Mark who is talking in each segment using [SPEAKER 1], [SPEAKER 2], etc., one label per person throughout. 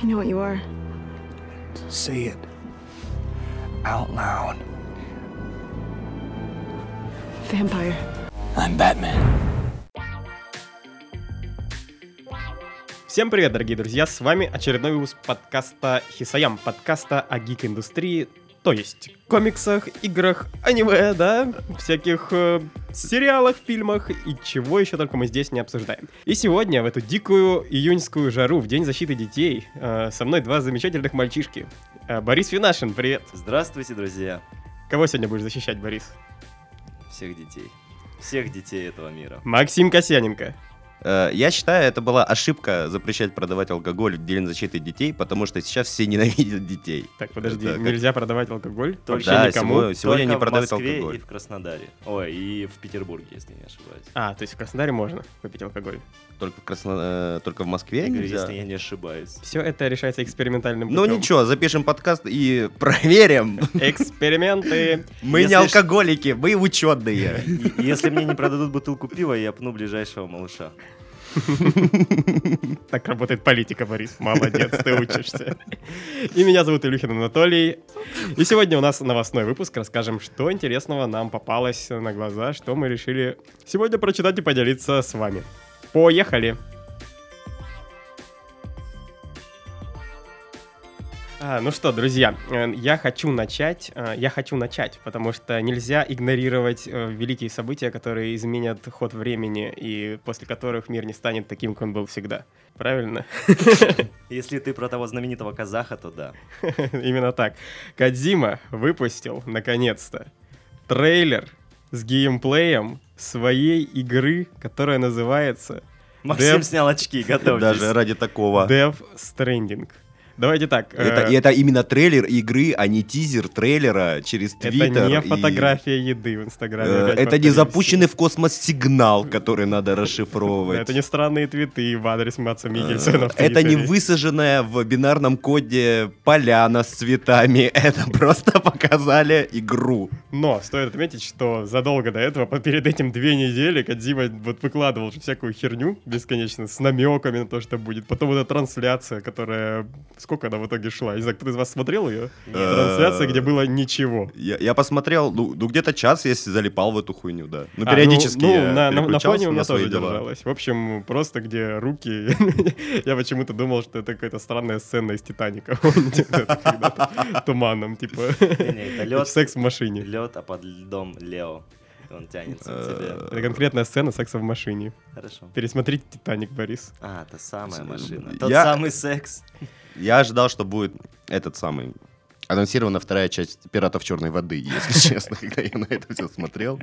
[SPEAKER 1] I know what you are.
[SPEAKER 2] Say it out loud.
[SPEAKER 1] Vampire.
[SPEAKER 2] I'm Batman.
[SPEAKER 3] Всем привет, дорогие друзья, с вами очередной выпуск подкаста Хисаям, подкаста о гик-индустрии, то есть комиксах, играх, аниме, да, всяких э, сериалах, фильмах и чего еще только мы здесь не обсуждаем. И сегодня, в эту дикую июньскую жару, в День защиты детей, э, со мной два замечательных мальчишки. Э, Борис Финашин, привет.
[SPEAKER 4] Здравствуйте, друзья,
[SPEAKER 3] Кого сегодня будешь защищать, Борис?
[SPEAKER 4] всех детей. Всех детей этого мира.
[SPEAKER 3] Максим Косяненко.
[SPEAKER 4] Э, Я считаю, это была ошибка запрещать продавать алкоголь в день защиты детей, потому что сейчас все ненавидят детей.
[SPEAKER 3] Так, подожди,
[SPEAKER 4] Это как-
[SPEAKER 3] нельзя продавать алкоголь вообще
[SPEAKER 4] да,
[SPEAKER 3] никому?
[SPEAKER 4] Сегодня, Ну, сегодня не
[SPEAKER 5] Только
[SPEAKER 4] продают
[SPEAKER 5] в Москве
[SPEAKER 4] алкоголь.
[SPEAKER 5] и в Краснодаре. Ой, и в Петербурге, если не ошибаюсь.
[SPEAKER 3] А, то есть в Краснодаре можно купить алкоголь.
[SPEAKER 4] Только, в Красно- э, Только в Москве
[SPEAKER 5] Я говорю,
[SPEAKER 4] нельзя.
[SPEAKER 5] если я не ошибаюсь.
[SPEAKER 3] Все это решается экспериментальным
[SPEAKER 4] Ну
[SPEAKER 3] путем.
[SPEAKER 4] ничего, запишем подкаст и проверим.
[SPEAKER 3] Эксперименты.
[SPEAKER 4] Мы
[SPEAKER 5] Если
[SPEAKER 4] не
[SPEAKER 5] ш-
[SPEAKER 4] алкоголики, мы ученые.
[SPEAKER 5] И- Если мне не продадут бутылку пива, я пну ближайшего малыша.
[SPEAKER 3] Так работает политика, Борис. Молодец, ты учишься. И меня зовут Илюхин Анатолий. И сегодня у нас новостной выпуск. Расскажем, что интересного нам попалось на глаза, что мы решили сегодня прочитать и поделиться с вами. Поехали! А, ну что, друзья, э, я хочу начать, э, я хочу начать, потому что нельзя игнорировать э, великие события, которые изменят ход времени и после которых мир не станет таким, как он был всегда. Правильно?
[SPEAKER 5] Если ты про того знаменитого казаха, то да.
[SPEAKER 3] Именно так. Кадзима выпустил, наконец-то, трейлер с геймплеем своей игры, которая называется
[SPEAKER 5] Максим
[SPEAKER 3] Дэв-
[SPEAKER 5] снял очки, готовьтесь.
[SPEAKER 4] Даже ради такого.
[SPEAKER 3] Death Stranding. Давайте так.
[SPEAKER 4] Это,
[SPEAKER 3] э,
[SPEAKER 4] и это именно трейлер игры, а не тизер трейлера через
[SPEAKER 3] это
[SPEAKER 4] твиттер.
[SPEAKER 3] не
[SPEAKER 4] и,
[SPEAKER 3] фотография еды в Инстаграме.
[SPEAKER 4] э,
[SPEAKER 3] опять
[SPEAKER 4] это не
[SPEAKER 3] повторюсь.
[SPEAKER 4] запущенный в космос сигнал, который надо расшифровывать.
[SPEAKER 3] Да, Это не странные твиты в адрес Маца Микельсона
[SPEAKER 4] Э,
[SPEAKER 3] в
[SPEAKER 4] Это не
[SPEAKER 3] Твиттере.
[SPEAKER 4] высаженная в бинарном коде поляна с цветами. Это просто показали игру.
[SPEAKER 3] Но стоит отметить, что задолго до этого, по- перед этим две недели, Кадзима вот выкладывал же всякую херню бесконечно с намеками на то, что будет. Потом эта трансляция, которая... Сколько она в итоге шла? Я не знаю, кто из вас смотрел ее?
[SPEAKER 4] Э,
[SPEAKER 3] Трансляция, где было ничего.
[SPEAKER 4] Я, я посмотрел, ну, ну, где-то час я с- залипал в эту хуйню, да. Ну,
[SPEAKER 3] А,
[SPEAKER 4] периодически
[SPEAKER 3] ну,
[SPEAKER 4] я
[SPEAKER 3] на, на- на
[SPEAKER 4] переключался
[SPEAKER 3] фоне у меня
[SPEAKER 4] свои
[SPEAKER 3] тоже
[SPEAKER 4] дела.
[SPEAKER 3] держалось. В общем, просто где руки. Я почему-то думал, что это какая-то странная сцена из Титаника. Помните, вот это когда-то Туманом, типа.
[SPEAKER 5] Не-не, это лёд.
[SPEAKER 3] Секс в машине.
[SPEAKER 5] Лед, а под льдом Лео. Он тянется к
[SPEAKER 4] Э,
[SPEAKER 5] тебе.
[SPEAKER 3] Это конкретная сцена секса в машине.
[SPEAKER 5] Хорошо.
[SPEAKER 3] Пересмотреть Титаник, Борис.
[SPEAKER 5] А, та
[SPEAKER 4] С-
[SPEAKER 5] самая
[SPEAKER 4] э,
[SPEAKER 5] машина.
[SPEAKER 4] я-
[SPEAKER 5] Тот самый секс.
[SPEAKER 4] Я ожидал, что будет этот самый... Анонсирована вторая часть «Пиратов черной воды», если честно, когда я на это все смотрел.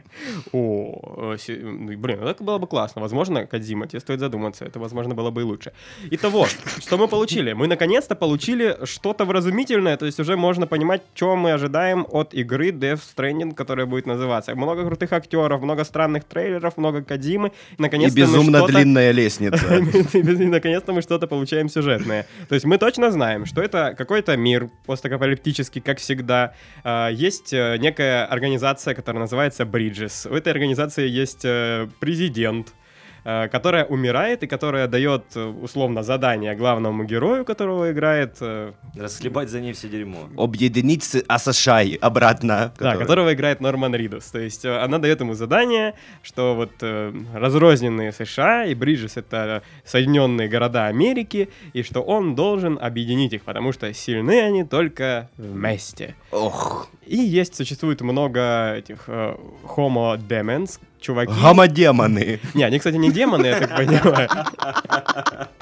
[SPEAKER 3] О, э, се- ну, блин, ну, это было бы классно. Возможно, Кадзима, тебе стоит задуматься. Это, возможно, было бы и лучше. Итого, что мы получили? Мы наконец-то получили что-то вразумительное, то есть уже можно понимать, что мы ожидаем от игры Death Stranding, которая будет называться. Много крутых актеров, много странных трейлеров, много Кадзимы.
[SPEAKER 4] И
[SPEAKER 3] Наконец-то мы
[SPEAKER 4] безумно
[SPEAKER 3] ну что-то-
[SPEAKER 4] длинная лестница.
[SPEAKER 3] И наконец-то мы что-то получаем сюжетное. То есть мы точно знаем, что это какой-то мир постапокалиптический, как всегда. А, Есть э, некая организация, которая называется Bridges. У этой организации есть э, президент, э, которая умирает и которая дает э, условно задание главному герою, которого играет э,
[SPEAKER 5] Расхлебать за ней все дерьмо.
[SPEAKER 4] Объединить с Асашай а обратно.
[SPEAKER 3] Да, которого играет Норман Ридус. То есть э, она дает ему задание, что вот э, разрозненные США и Бриджес это Соединенные города Америки, и что он должен объединить их, потому что сильны они только вместе.
[SPEAKER 4] Ох,
[SPEAKER 3] И есть, существует много этих э, homo demons, чуваки.
[SPEAKER 4] гамодемоны.
[SPEAKER 3] Не, они, кстати, не демоны, я так понимаю.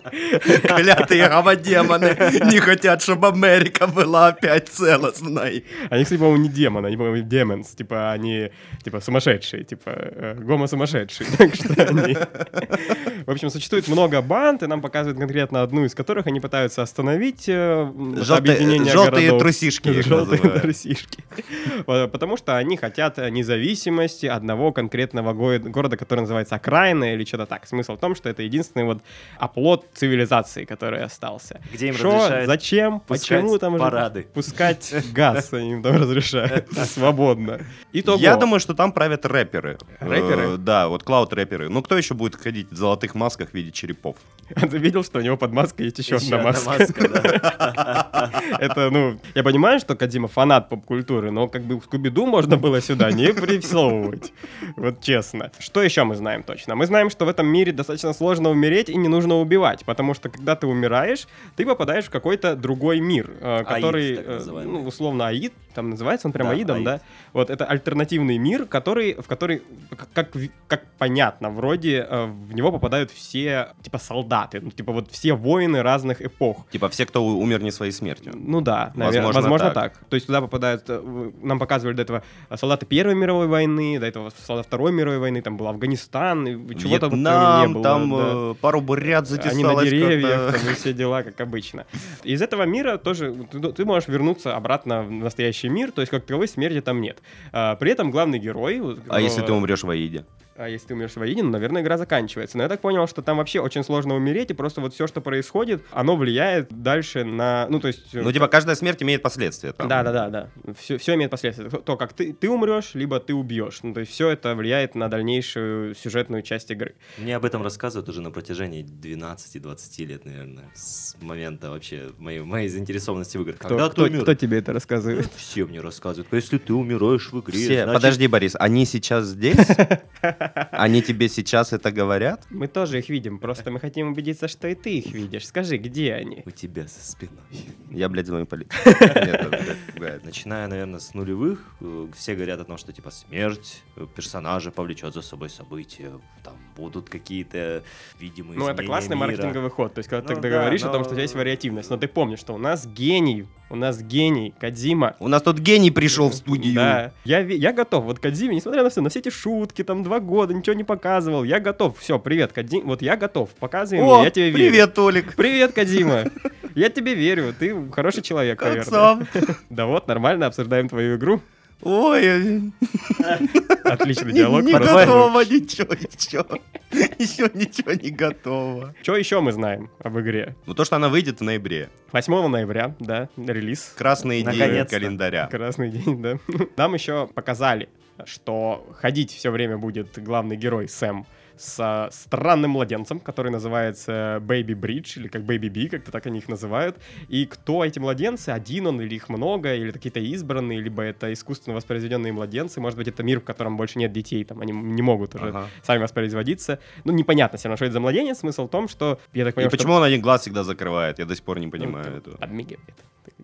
[SPEAKER 4] Клятые гамодемоны не хотят, чтобы Америка была опять целостной.
[SPEAKER 3] Они, кстати, по-моему, не демоны, они, по-моему, демонс. Типа, они, типа, сумасшедшие, типа, э, гомо-сумасшедшие. Так что они... В общем, существует много банд, и нам показывают конкретно одну из которых они пытаются остановить э, м, это
[SPEAKER 4] Желтые,
[SPEAKER 3] объединение
[SPEAKER 4] желтые
[SPEAKER 3] городов.
[SPEAKER 4] трусишки их
[SPEAKER 3] Желтые
[SPEAKER 4] называют.
[SPEAKER 3] трусишки. Э, Потому что они хотят э, независимости одного конкретного го- города, который называется Окраина или что-то так. Смысл в том, что это единственный вот оплот цивилизации, который остался.
[SPEAKER 5] Где им
[SPEAKER 3] Шо?
[SPEAKER 5] разрешают
[SPEAKER 3] Зачем?
[SPEAKER 5] пускать
[SPEAKER 3] Почему там же-
[SPEAKER 5] парады?
[SPEAKER 3] Пускать газ они там разрешают свободно. Итого.
[SPEAKER 4] Я думаю, что там правят рэперы.
[SPEAKER 3] Рэперы?
[SPEAKER 4] Э, да, вот клауд рэперы. Ну кто еще будет ходить в золотых масках в виде черепов.
[SPEAKER 3] А ты видел, что у него под маской есть еще,
[SPEAKER 5] Ещё
[SPEAKER 3] одна маска?
[SPEAKER 5] да.
[SPEAKER 3] Это, ну, я понимаю, что Кадима фанат поп-культуры, но как бы Скуби-Ду можно было сюда не присовывать. Вот честно. Что еще мы знаем точно? Мы знаем, что в этом мире достаточно сложно умереть и не нужно убивать, потому что когда ты умираешь, ты попадаешь в какой-то другой мир, э, который,
[SPEAKER 5] так
[SPEAKER 3] э,
[SPEAKER 5] называемый.
[SPEAKER 3] ну, условно, Аид, там называется он прям
[SPEAKER 5] Да,
[SPEAKER 3] Аидом,
[SPEAKER 5] Аид.
[SPEAKER 3] да? Вот это альтернативный мир, который, в который, как- как, ви- как понятно, вроде э, в него попадают все, типа, солдаты, ну, типа, вот все воины разных эпох.
[SPEAKER 4] Типа все, кто у- умер не своей смертью.
[SPEAKER 3] Ну да, наверное, возможно,
[SPEAKER 4] Возможно,
[SPEAKER 3] так.
[SPEAKER 4] так.
[SPEAKER 3] То есть туда попадают, э, в- нам показывали до этого э, солдаты Первой мировой войны, до этого солдаты Второй мировой войны, там был Афганистан, и чего-то вот там не
[SPEAKER 4] Вьетнам,
[SPEAKER 3] было.
[SPEAKER 4] там
[SPEAKER 3] да.
[SPEAKER 4] э, пару бурят
[SPEAKER 3] Они на
[SPEAKER 4] затесалось.
[SPEAKER 3] деревьях,
[SPEAKER 4] как-то.
[SPEAKER 3] там и все дела, как обычно. Из этого мира тоже ты, ты можешь вернуться обратно в настоящий мир, то есть как таковой смерти там нет. А, при этом главный герой... вот,
[SPEAKER 4] А если ты
[SPEAKER 3] э,
[SPEAKER 4] умрешь в Аиде?
[SPEAKER 3] а если ты умрешь в Аиде, ну, наверное, игра заканчивается. Но я так понял, что там вообще очень сложно умереть, и просто вот все, что происходит, оно влияет дальше на... Ну, то есть... э,
[SPEAKER 4] Ну, типа, каждая смерть имеет последствия. там.
[SPEAKER 3] да, да, да, да. Все, имеет последствия. То- То, как ты, ты умрешь, либо ты убьешь. Ну, то есть все это влияет на дальнейшую сюжетную часть игры.
[SPEAKER 5] Мне об этом рассказывают уже на протяжении 12-20 лет, наверное, с момента вообще моей, моей заинтересованности в играх. Когда ты умер?
[SPEAKER 3] тебе это рассказывает?
[SPEAKER 5] Все мне рассказывают. Если ты умираешь в игре,
[SPEAKER 4] Все,
[SPEAKER 5] значит,
[SPEAKER 4] подожди, Борис, они сейчас здесь? Они тебе сейчас это говорят?
[SPEAKER 3] Мы тоже их видим, просто мы хотим убедиться, что и ты их видишь. Скажи, где они?
[SPEAKER 5] у тебя за спиной.
[SPEAKER 4] Я, блядь, звоню полиции. Нет, это, блядь, пугает.
[SPEAKER 5] Начиная, наверное, с нулевых, э, все говорят о том, что типа смерть э, персонажа повлечет за собой события, там будут какие-то видимые
[SPEAKER 3] Ну, это
[SPEAKER 5] изменения
[SPEAKER 3] классный
[SPEAKER 5] мира.
[SPEAKER 3] маркетинговый ход. То есть, когда ты
[SPEAKER 5] Ну,
[SPEAKER 3] тогда
[SPEAKER 5] да,
[SPEAKER 3] говоришь о том,
[SPEAKER 5] но-
[SPEAKER 3] что у тебя есть вариативность, но ты помнишь, что у нас гений, у нас гений, Кадзима.
[SPEAKER 4] У нас тут гений пришел в студию.
[SPEAKER 3] Да, я, ви- я готов. Вот Кадзиме, несмотря на все, на все эти шутки, там два года, ничего не показывал. Я готов. Все, привет, Кадзим. Вот я готов. Показывай мне,
[SPEAKER 4] О,
[SPEAKER 3] я тебе верю.
[SPEAKER 4] привет, Толик.
[SPEAKER 3] Привет, Кадима. Я тебе верю, ты хороший человек,
[SPEAKER 4] Как
[SPEAKER 3] наверное.
[SPEAKER 4] сам?
[SPEAKER 3] Да вот, нормально обсуждаем твою игру.
[SPEAKER 4] Ой, я не-
[SPEAKER 3] Отличный диалог.
[SPEAKER 4] не
[SPEAKER 3] просто.
[SPEAKER 4] готово ничего, ничего. Еще ничего не готово.
[SPEAKER 3] Что еще мы знаем об игре?
[SPEAKER 4] Ну, то, что она выйдет в ноябре.
[SPEAKER 3] 8 ноября, да, релиз.
[SPEAKER 4] Красные дни
[SPEAKER 5] Наконец-то.
[SPEAKER 4] календаря.
[SPEAKER 3] Красный день, да. Нам еще показали, что ходить все время будет главный герой Сэм с а, странным младенцем, который называется Baby Bridge, или как Baby Би, как-то так они их называют. И кто эти младенцы? Один он, или их много, или какие-то избранные, либо это искусственно воспроизведенные младенцы. Может быть, это мир, в котором больше нет детей, там они не могут уже
[SPEAKER 4] Ага.
[SPEAKER 3] сами воспроизводиться. Ну, непонятно все равно, что это за младенец. Смысл в том, что... Я так
[SPEAKER 4] И
[SPEAKER 3] понимаю, что-
[SPEAKER 4] почему он один глаз всегда закрывает? Я до сих пор не понимаю
[SPEAKER 3] Ну,
[SPEAKER 4] этого.
[SPEAKER 3] Подмигивает.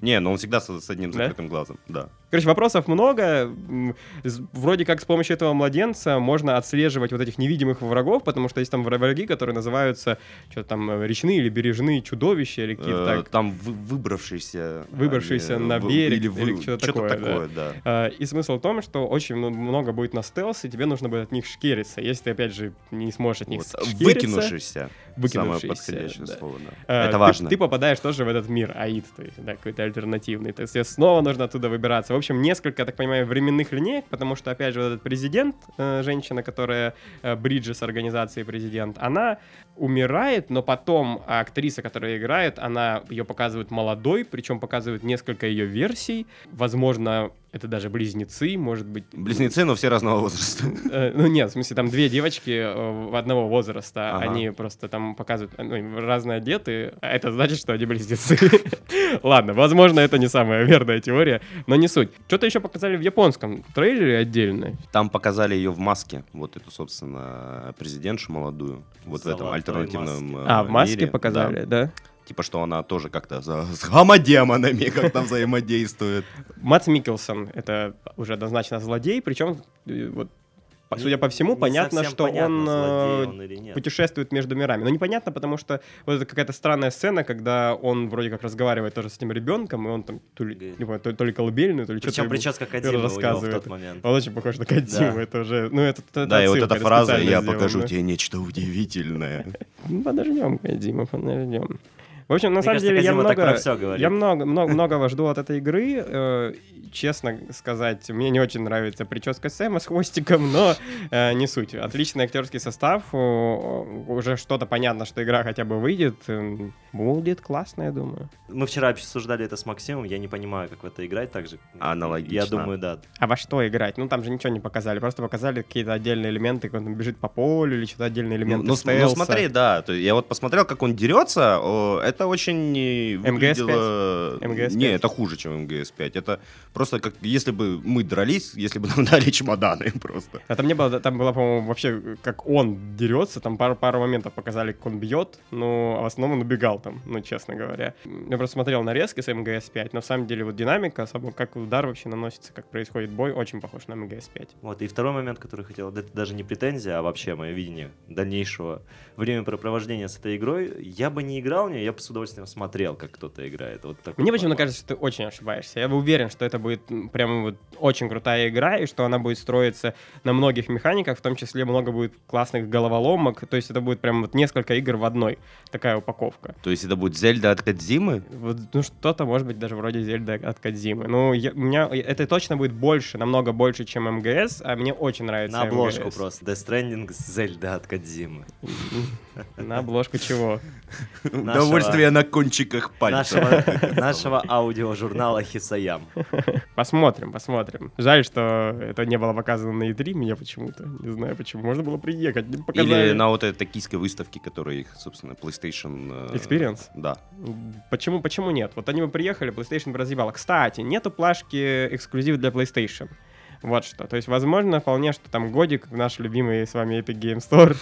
[SPEAKER 4] Не, но он всегда с с одним
[SPEAKER 3] Да?
[SPEAKER 4] закрытым глазом. Да.
[SPEAKER 3] Короче, вопросов много. М, с- Вроде как с помощью этого младенца можно отслеживать вот этих невидимых врагов, потому что есть там вра- враги, которые называются что там э, речные или бережные чудовища или какие-то
[SPEAKER 4] Э,
[SPEAKER 3] так.
[SPEAKER 4] Там вы- выбравшийся...
[SPEAKER 3] Выбравшийся
[SPEAKER 4] они,
[SPEAKER 3] на
[SPEAKER 4] вы-
[SPEAKER 3] берег
[SPEAKER 4] Или вы-
[SPEAKER 3] или чё-то
[SPEAKER 4] чё-то
[SPEAKER 3] такое, да.
[SPEAKER 4] такое, да.
[SPEAKER 3] Э, И смысл в том, что очень мно- много будет на стелс, и тебе нужно будет от них шкериться, если ты, опять же, не сможешь от них
[SPEAKER 4] Вот,
[SPEAKER 3] шкериться.
[SPEAKER 4] Выкинувшийся. Самое
[SPEAKER 3] выкинувшийся,
[SPEAKER 4] подходящее
[SPEAKER 3] да.
[SPEAKER 4] слово, да.
[SPEAKER 3] Э, ты-
[SPEAKER 4] Это важно.
[SPEAKER 3] Ты попадаешь тоже в этот мир, Аид, то есть, да, какой-то альтернативный. То есть тебе снова нужно оттуда выбираться. В общем, несколько, я так понимаю, временных линеек, потому что, опять же, вот этот президент, э, женщина, которая э, Бриджес организации президент, она умирает, но потом актриса, которая играет, она ее показывает молодой, причем показывают несколько ее версий. Возможно, это даже близнецы, может быть.
[SPEAKER 4] Близнецы, но все разного возраста.
[SPEAKER 3] Э, Ну нет, в смысле, там две девочки э, в одного возраста,
[SPEAKER 4] Ага.
[SPEAKER 3] они просто там показывают э, ну, разные одеты, а это значит, что они близнецы. Ладно, возможно, это не самая верная теория, но не суть. Что-то еще показали в японском трейлере отдельно.
[SPEAKER 4] Там показали ее в маске, вот эту, собственно, президентшу молодую, вот в этом
[SPEAKER 5] Золотой
[SPEAKER 4] альтернативном э,
[SPEAKER 3] А, в маске
[SPEAKER 4] мире.
[SPEAKER 3] показали, да?
[SPEAKER 4] Да. Типа, что она тоже как-то за- с гомодемонами как-то взаимодействует.
[SPEAKER 3] Мац Микелсон — это уже однозначно злодей, причем, э, вот, по- судя по всему,
[SPEAKER 5] Ну, Не
[SPEAKER 3] понятно,
[SPEAKER 5] совсем
[SPEAKER 3] что
[SPEAKER 5] понятно,
[SPEAKER 3] он
[SPEAKER 5] злодей
[SPEAKER 3] э,
[SPEAKER 5] он или нет.
[SPEAKER 3] путешествует между мирами. Но непонятно, потому что вот это какая-то странная сцена, когда он вроде как разговаривает тоже с этим ребенком, и он там то ли,
[SPEAKER 5] Говорит.
[SPEAKER 3] не помню, то, то ли колыбельную, то ли что-то.
[SPEAKER 5] Причем
[SPEAKER 3] ему-
[SPEAKER 5] прическа
[SPEAKER 3] Юра
[SPEAKER 5] Кадима у него в
[SPEAKER 3] рассказывает.
[SPEAKER 5] тот момент.
[SPEAKER 3] Он очень похож на Кадзиму,
[SPEAKER 5] Да.
[SPEAKER 3] это уже... Ну, это, это
[SPEAKER 4] Да, и вот
[SPEAKER 3] отсылка,
[SPEAKER 4] эта
[SPEAKER 3] это
[SPEAKER 4] фраза
[SPEAKER 3] специально
[SPEAKER 4] «я
[SPEAKER 3] сделано».
[SPEAKER 4] покажу тебе нечто удивительное».
[SPEAKER 3] Ну, подождем, Кадзима, подождем. В общем, на
[SPEAKER 5] Мне
[SPEAKER 3] самом
[SPEAKER 5] кажется,
[SPEAKER 3] деле я
[SPEAKER 5] Кодзима так про
[SPEAKER 3] много,
[SPEAKER 5] всё говорит.
[SPEAKER 3] я много, много, многого жду от этой игры. Э, Честно сказать, мне не очень нравится прическа Сэма с хвостиком, но э, не суть. Отличный актерский состав, о, о, уже что-то понятно, что игра хотя бы выйдет. Эм, Будет классно, я думаю.
[SPEAKER 5] Мы вчера обсуждали это с Максимом, я не понимаю, как в это играть так же.
[SPEAKER 4] Аналогично.
[SPEAKER 5] Я думаю, да.
[SPEAKER 3] А во что играть? Ну, там же ничего не показали, просто показали какие-то отдельные элементы, как он там бежит по полю или что-то отдельные
[SPEAKER 4] Ну,
[SPEAKER 3] элементы
[SPEAKER 4] ну, см- ну,
[SPEAKER 3] стелса.
[SPEAKER 4] смотри, да. то есть я вот посмотрел, как он дерется. о, Это очень э,
[SPEAKER 3] МГС-5?
[SPEAKER 4] выглядело...
[SPEAKER 3] МГС-5?
[SPEAKER 4] Не, это хуже, чем МГС-5. Это просто как если бы мы дрались, если бы нам дали чемоданы просто.
[SPEAKER 3] А там не было, там было, по-моему, вообще, как он дерется, там пару, пару моментов показали, как он бьет, но в основном он убегал там, ну, честно говоря. Я просто смотрел нарезки с МГС-5, на самом деле вот динамика, особо как удар вообще наносится, как происходит бой, очень похож на МГС-5.
[SPEAKER 5] Вот, и второй момент, который хотел, да это даже не претензия, а вообще мое видение дальнейшего времяпрепровождения с этой игрой. Я бы не играл в нее, я бы с удовольствием смотрел, как кто-то играет. Вот такой
[SPEAKER 3] Мне почему-то
[SPEAKER 5] формат.
[SPEAKER 3] кажется, что ты очень ошибаешься. Я уверен, что это будет м, прям вот очень крутая игра, и что она будет строиться на многих механиках, в том числе много будет классных головоломок, то есть это будет прям вот несколько игр в одной такая упаковка.
[SPEAKER 4] То есть это будет Зельда от Кадзимы?
[SPEAKER 3] Вот, ну, что-то, может быть, даже вроде Зельда от Кадзимы. Ну, я- у меня это точно будет больше, намного больше, чем МГС, а мне очень нравится
[SPEAKER 5] На обложку
[SPEAKER 3] МГС.
[SPEAKER 5] просто. Death Stranding с Зельда от Кадзимы.
[SPEAKER 3] На обложку чего?
[SPEAKER 4] Удовольствие на кончиках пальцев.
[SPEAKER 5] Нашего, нашего аудиожурнала Хисаям.
[SPEAKER 3] Посмотрим, посмотрим. Жаль, что это не было показано на E3 мне почему-то. Не знаю почему. Можно было приехать, не показали.
[SPEAKER 4] Или на вот этой токийской выставке, которая их, собственно, PlayStation... э,
[SPEAKER 3] Experience?
[SPEAKER 4] Да.
[SPEAKER 3] Почему, почему нет? Вот они бы приехали, PlayStation бы разъебала. Кстати, нету плашки эксклюзив для PlayStation. Вот что. То есть, возможно, вполне, что там годик в наш любимый с вами Epic Game Store,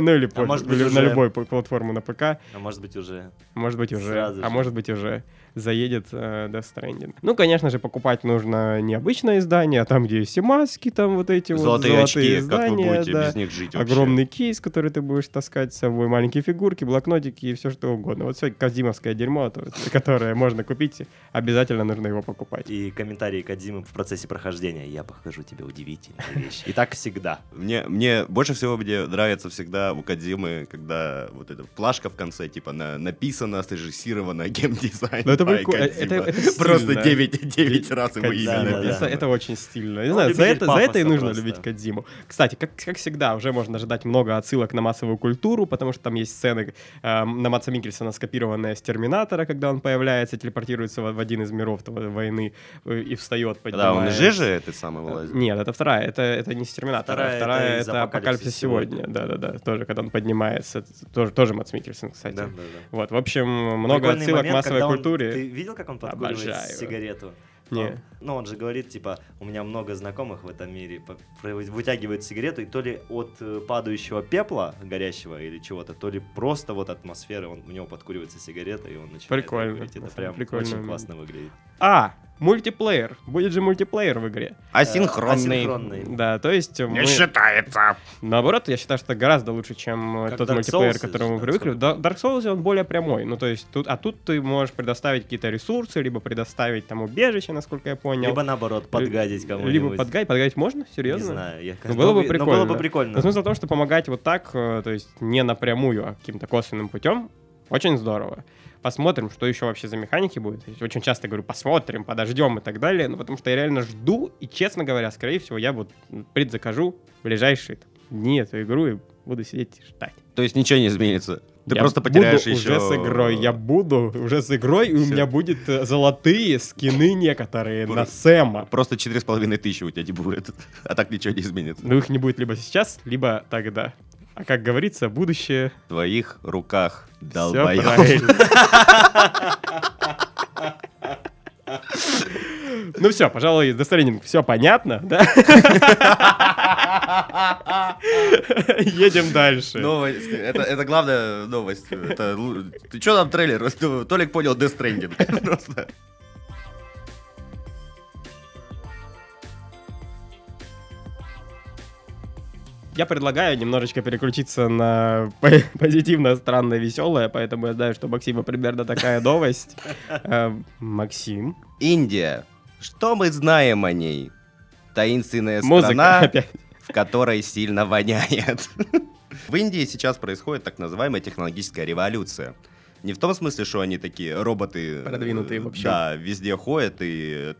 [SPEAKER 3] ну или позже,
[SPEAKER 5] может быть,
[SPEAKER 3] или на
[SPEAKER 5] уже-
[SPEAKER 3] любой пл- платформу на ПК,
[SPEAKER 5] А может быть уже...
[SPEAKER 3] Может быть уже,
[SPEAKER 5] Сразу
[SPEAKER 3] а
[SPEAKER 5] же.
[SPEAKER 3] может быть уже заедет э, Death Stranding. Ну, конечно же, покупать нужно не обычное издание, а там, где есть и маски, там вот эти
[SPEAKER 4] Золотые,
[SPEAKER 3] вот
[SPEAKER 4] очки,
[SPEAKER 3] золотые
[SPEAKER 4] как вы
[SPEAKER 3] издания,
[SPEAKER 4] будете
[SPEAKER 3] да.
[SPEAKER 4] без них жить вообще?
[SPEAKER 3] Огромный кейс, который ты будешь таскать с собой, маленькие фигурки, блокнотики и все что угодно. Вот все казимовское дерьмо, то есть, которое можно купить, обязательно нужно его покупать.
[SPEAKER 5] И комментарии Кадзимы в процессе прохождения. Я покажу тебе удивительные вещи. И так всегда.
[SPEAKER 4] Мне, мне больше всего мне нравится всегда у Кадзимы, когда вот эта плашка в конце, типа, на, написано, срежиссировано геймдизайн.
[SPEAKER 3] Ну, это
[SPEAKER 4] by
[SPEAKER 3] прикольно,
[SPEAKER 4] Кодзима.
[SPEAKER 3] это- это стильно.
[SPEAKER 4] Просто 9, 9 раз его
[SPEAKER 3] Кодзима,
[SPEAKER 4] имя
[SPEAKER 5] да,
[SPEAKER 4] написано.
[SPEAKER 3] Это, это очень стильно. Не
[SPEAKER 5] Ну,
[SPEAKER 3] знаю, за
[SPEAKER 5] любитель
[SPEAKER 3] это, за это и
[SPEAKER 5] пафоса
[SPEAKER 3] нужно
[SPEAKER 5] просто.
[SPEAKER 3] любить Кадзиму. Кстати, как, как всегда, уже можно ожидать много отсылок на массовую культуру, потому что там есть сцены э, на Матса Микельсона, скопированные с Терминатора, когда он появляется, телепортируется в, в один из миров того- войны э, и встает,
[SPEAKER 4] Да, он
[SPEAKER 3] поднимается.
[SPEAKER 4] из жижи этот
[SPEAKER 3] Э,
[SPEAKER 4] самый вылазит.
[SPEAKER 3] Нет, это вторая, это, это не с Терминатора,
[SPEAKER 5] Вторая
[SPEAKER 3] вторая,
[SPEAKER 5] это из
[SPEAKER 3] это, Апокалипсис
[SPEAKER 5] «Апокалипсиса
[SPEAKER 3] сегодня». Да-да-да, тоже, когда он поднимается, это тоже, тоже Матс Микельсон, кстати.
[SPEAKER 5] Да, да, да.
[SPEAKER 3] Вот, в общем, много
[SPEAKER 5] Прикольный
[SPEAKER 3] отсылок
[SPEAKER 5] момент,
[SPEAKER 3] к массовой
[SPEAKER 5] когда он-
[SPEAKER 3] культуре.
[SPEAKER 5] Ты видел, как он подкуривает
[SPEAKER 3] Обожаю.
[SPEAKER 5] сигарету?
[SPEAKER 3] Не.
[SPEAKER 5] Он- ну, он же говорит, типа, у меня много знакомых в этом мире. По- про- Вытягивает сигарету, и то ли от э, падающего пепла горящего или чего-то, то ли просто вот атмосферы, он, у него подкуривается сигарета, и он начинает
[SPEAKER 3] Прикольно,
[SPEAKER 5] курить.
[SPEAKER 3] на
[SPEAKER 5] Это
[SPEAKER 3] самом
[SPEAKER 5] прям
[SPEAKER 3] деле прикольно.
[SPEAKER 5] очень классно выглядит.
[SPEAKER 3] А, мультиплеер. Будет же мультиплеер в игре.
[SPEAKER 4] Асинхронный.
[SPEAKER 5] Э, Асинхронный.
[SPEAKER 3] Да, то есть мы...
[SPEAKER 4] считается.
[SPEAKER 3] Наоборот, я считаю, что гораздо лучше, чем э,
[SPEAKER 5] Как
[SPEAKER 3] тот
[SPEAKER 5] Dark
[SPEAKER 3] мультиплеер,
[SPEAKER 5] Souls,
[SPEAKER 3] к которому мы
[SPEAKER 5] да,
[SPEAKER 3] привыкли.
[SPEAKER 5] сколько
[SPEAKER 3] Да, Dark Souls он более прямой. Ну, то есть тут, а тут ты можешь предоставить какие-то ресурсы, либо предоставить там убежище, насколько я понял.
[SPEAKER 5] Либо наоборот, подгадить кому-нибудь.
[SPEAKER 3] Либо ну, подгадить. Подгадить можно? Серьезно?
[SPEAKER 5] Не знаю. Я,
[SPEAKER 3] Ну, было бы
[SPEAKER 5] но
[SPEAKER 3] прикольно.
[SPEAKER 5] было бы прикольно.
[SPEAKER 3] Но смысл в том, что помогать вот так, э, то есть не напрямую, а каким-то косвенным путем, очень здорово. Посмотрим, что еще вообще за механики будет. Я Очень часто говорю, посмотрим, подождем и так далее. Ну, потому что я реально жду, и, честно говоря, скорее всего, я вот предзакажу в ближайшие там, дни эту игру и буду сидеть и ждать.
[SPEAKER 4] То есть ничего не изменится. Ты
[SPEAKER 3] Я
[SPEAKER 4] просто потеряешь
[SPEAKER 3] буду
[SPEAKER 4] еще...
[SPEAKER 3] уже с игрой, я буду уже с игрой, и у
[SPEAKER 4] Всё.
[SPEAKER 3] меня будет э, золотые скины некоторые
[SPEAKER 4] Про-
[SPEAKER 3] на Сэма.
[SPEAKER 4] Просто 4,5 тысячи у тебя не будет. А так ничего не изменится.
[SPEAKER 3] Но их не будет либо сейчас, либо тогда. А как говорится, будущее
[SPEAKER 4] В твоих руках,
[SPEAKER 3] Всё
[SPEAKER 4] долбоёб.
[SPEAKER 3] правильно. Ну все, пожалуй, до все понятно, да? Едем дальше.
[SPEAKER 4] Новость. Это, это главная новость. Это лу- Ты что там трейлер? Ну, Толик понял Death Stranding. Просто.
[SPEAKER 3] Я предлагаю немножечко переключиться на по- позитивно, странно, веселое, поэтому я знаю, что у Максима примерно такая новость. Э, Максим.
[SPEAKER 4] Индия. Что мы знаем о ней? Таинственная
[SPEAKER 3] Музыка
[SPEAKER 4] страна,
[SPEAKER 3] опять.
[SPEAKER 4] в которой сильно воняет. В Индии сейчас происходит так называемая технологическая революция. Не в том смысле, что они такие роботы... э,
[SPEAKER 3] Продвинутые вообще.
[SPEAKER 4] Да, везде ходят и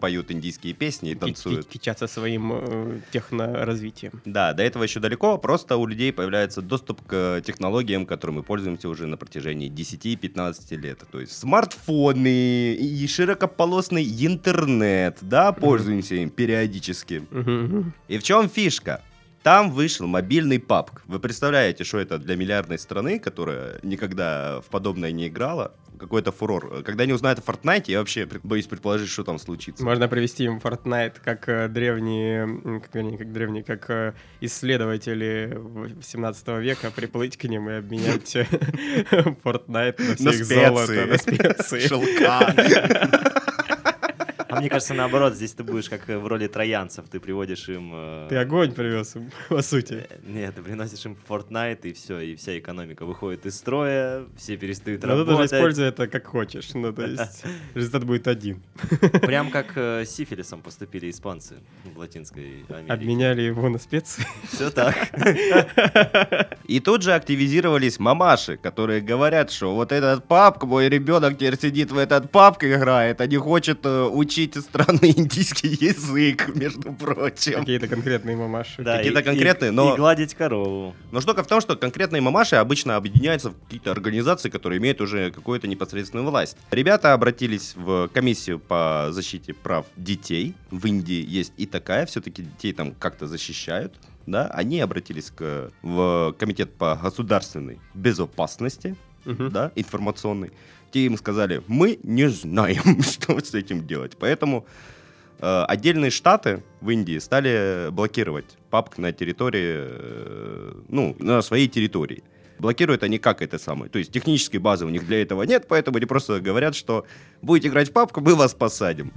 [SPEAKER 4] поют индийские песни и
[SPEAKER 3] Ки- ки-
[SPEAKER 4] танцуют.
[SPEAKER 3] Кичатся своим э, техноразвитием.
[SPEAKER 4] Да, до этого еще далеко, просто у людей появляется доступ к э, технологиям, которые мы пользуемся уже на протяжении 10-15 лет. То есть смартфоны и широкополосный интернет, да, пользуемся им периодически.
[SPEAKER 3] Мгм, мгм.
[SPEAKER 4] И в чем фишка? Там вышел мобильный папк. Вы представляете, что это для миллиардной страны, которая никогда в подобное не играла? Какой-то фурор. Когда они узнают о Фортнайте, я вообще пред- боюсь предположить, что там случится.
[SPEAKER 3] Можно привести им Fortnite как э, древние, м, как, вернее, как древние, как э, исследователи в- 17 века, приплыть к ним и обменять э, Fortnite на
[SPEAKER 4] На
[SPEAKER 3] всех золото,
[SPEAKER 4] специи.
[SPEAKER 3] на специи.
[SPEAKER 4] Шелка.
[SPEAKER 5] А мне кажется, наоборот, здесь ты будешь как э, в роли троянцев, ты приводишь им... э,
[SPEAKER 3] Ты огонь привез, им, по сути.
[SPEAKER 5] э, Нет, ты приносишь им Fortnite, и все, и вся экономика выходит из строя, все перестают
[SPEAKER 3] Но тут уже
[SPEAKER 5] работать.
[SPEAKER 3] используй Ну, это как хочешь. Ну, то есть результат будет один.
[SPEAKER 5] Прям как э, с сифилисом поступили испанцы в Латинской Америке.
[SPEAKER 3] Обменяли его на специи.
[SPEAKER 5] Все так.
[SPEAKER 4] И тут же активизировались мамаши, которые говорят, что вот этот папка, мой ребенок теперь сидит в этот папк играет, а не хочет э, учить странный индийский язык, между прочим.
[SPEAKER 3] Какие-то конкретные мамаши.
[SPEAKER 5] Да,
[SPEAKER 4] Какие-то
[SPEAKER 5] и- и-
[SPEAKER 4] конкретные, но-
[SPEAKER 5] И гладить корову.
[SPEAKER 4] Но штука в том, что конкретные мамаши обычно объединяются в какие-то организации, которые имеют уже какую-то непосредственную власть. Ребята обратились в комиссию по защите прав детей. В Индии есть и такая, все-таки детей там как-то защищают. Да, они обратились к, в комитет по государственной безопасности,
[SPEAKER 3] Мгм.
[SPEAKER 4] да, информационный. Те им сказали, мы не знаем, что с этим делать. Поэтому э, отдельные штаты в Индии стали блокировать папк на территории, э, ну, на своей территории. Блокируют они как это самое. То есть технической базы у них для этого нет, поэтому они просто говорят, что будете играть в папку, мы вас посадим.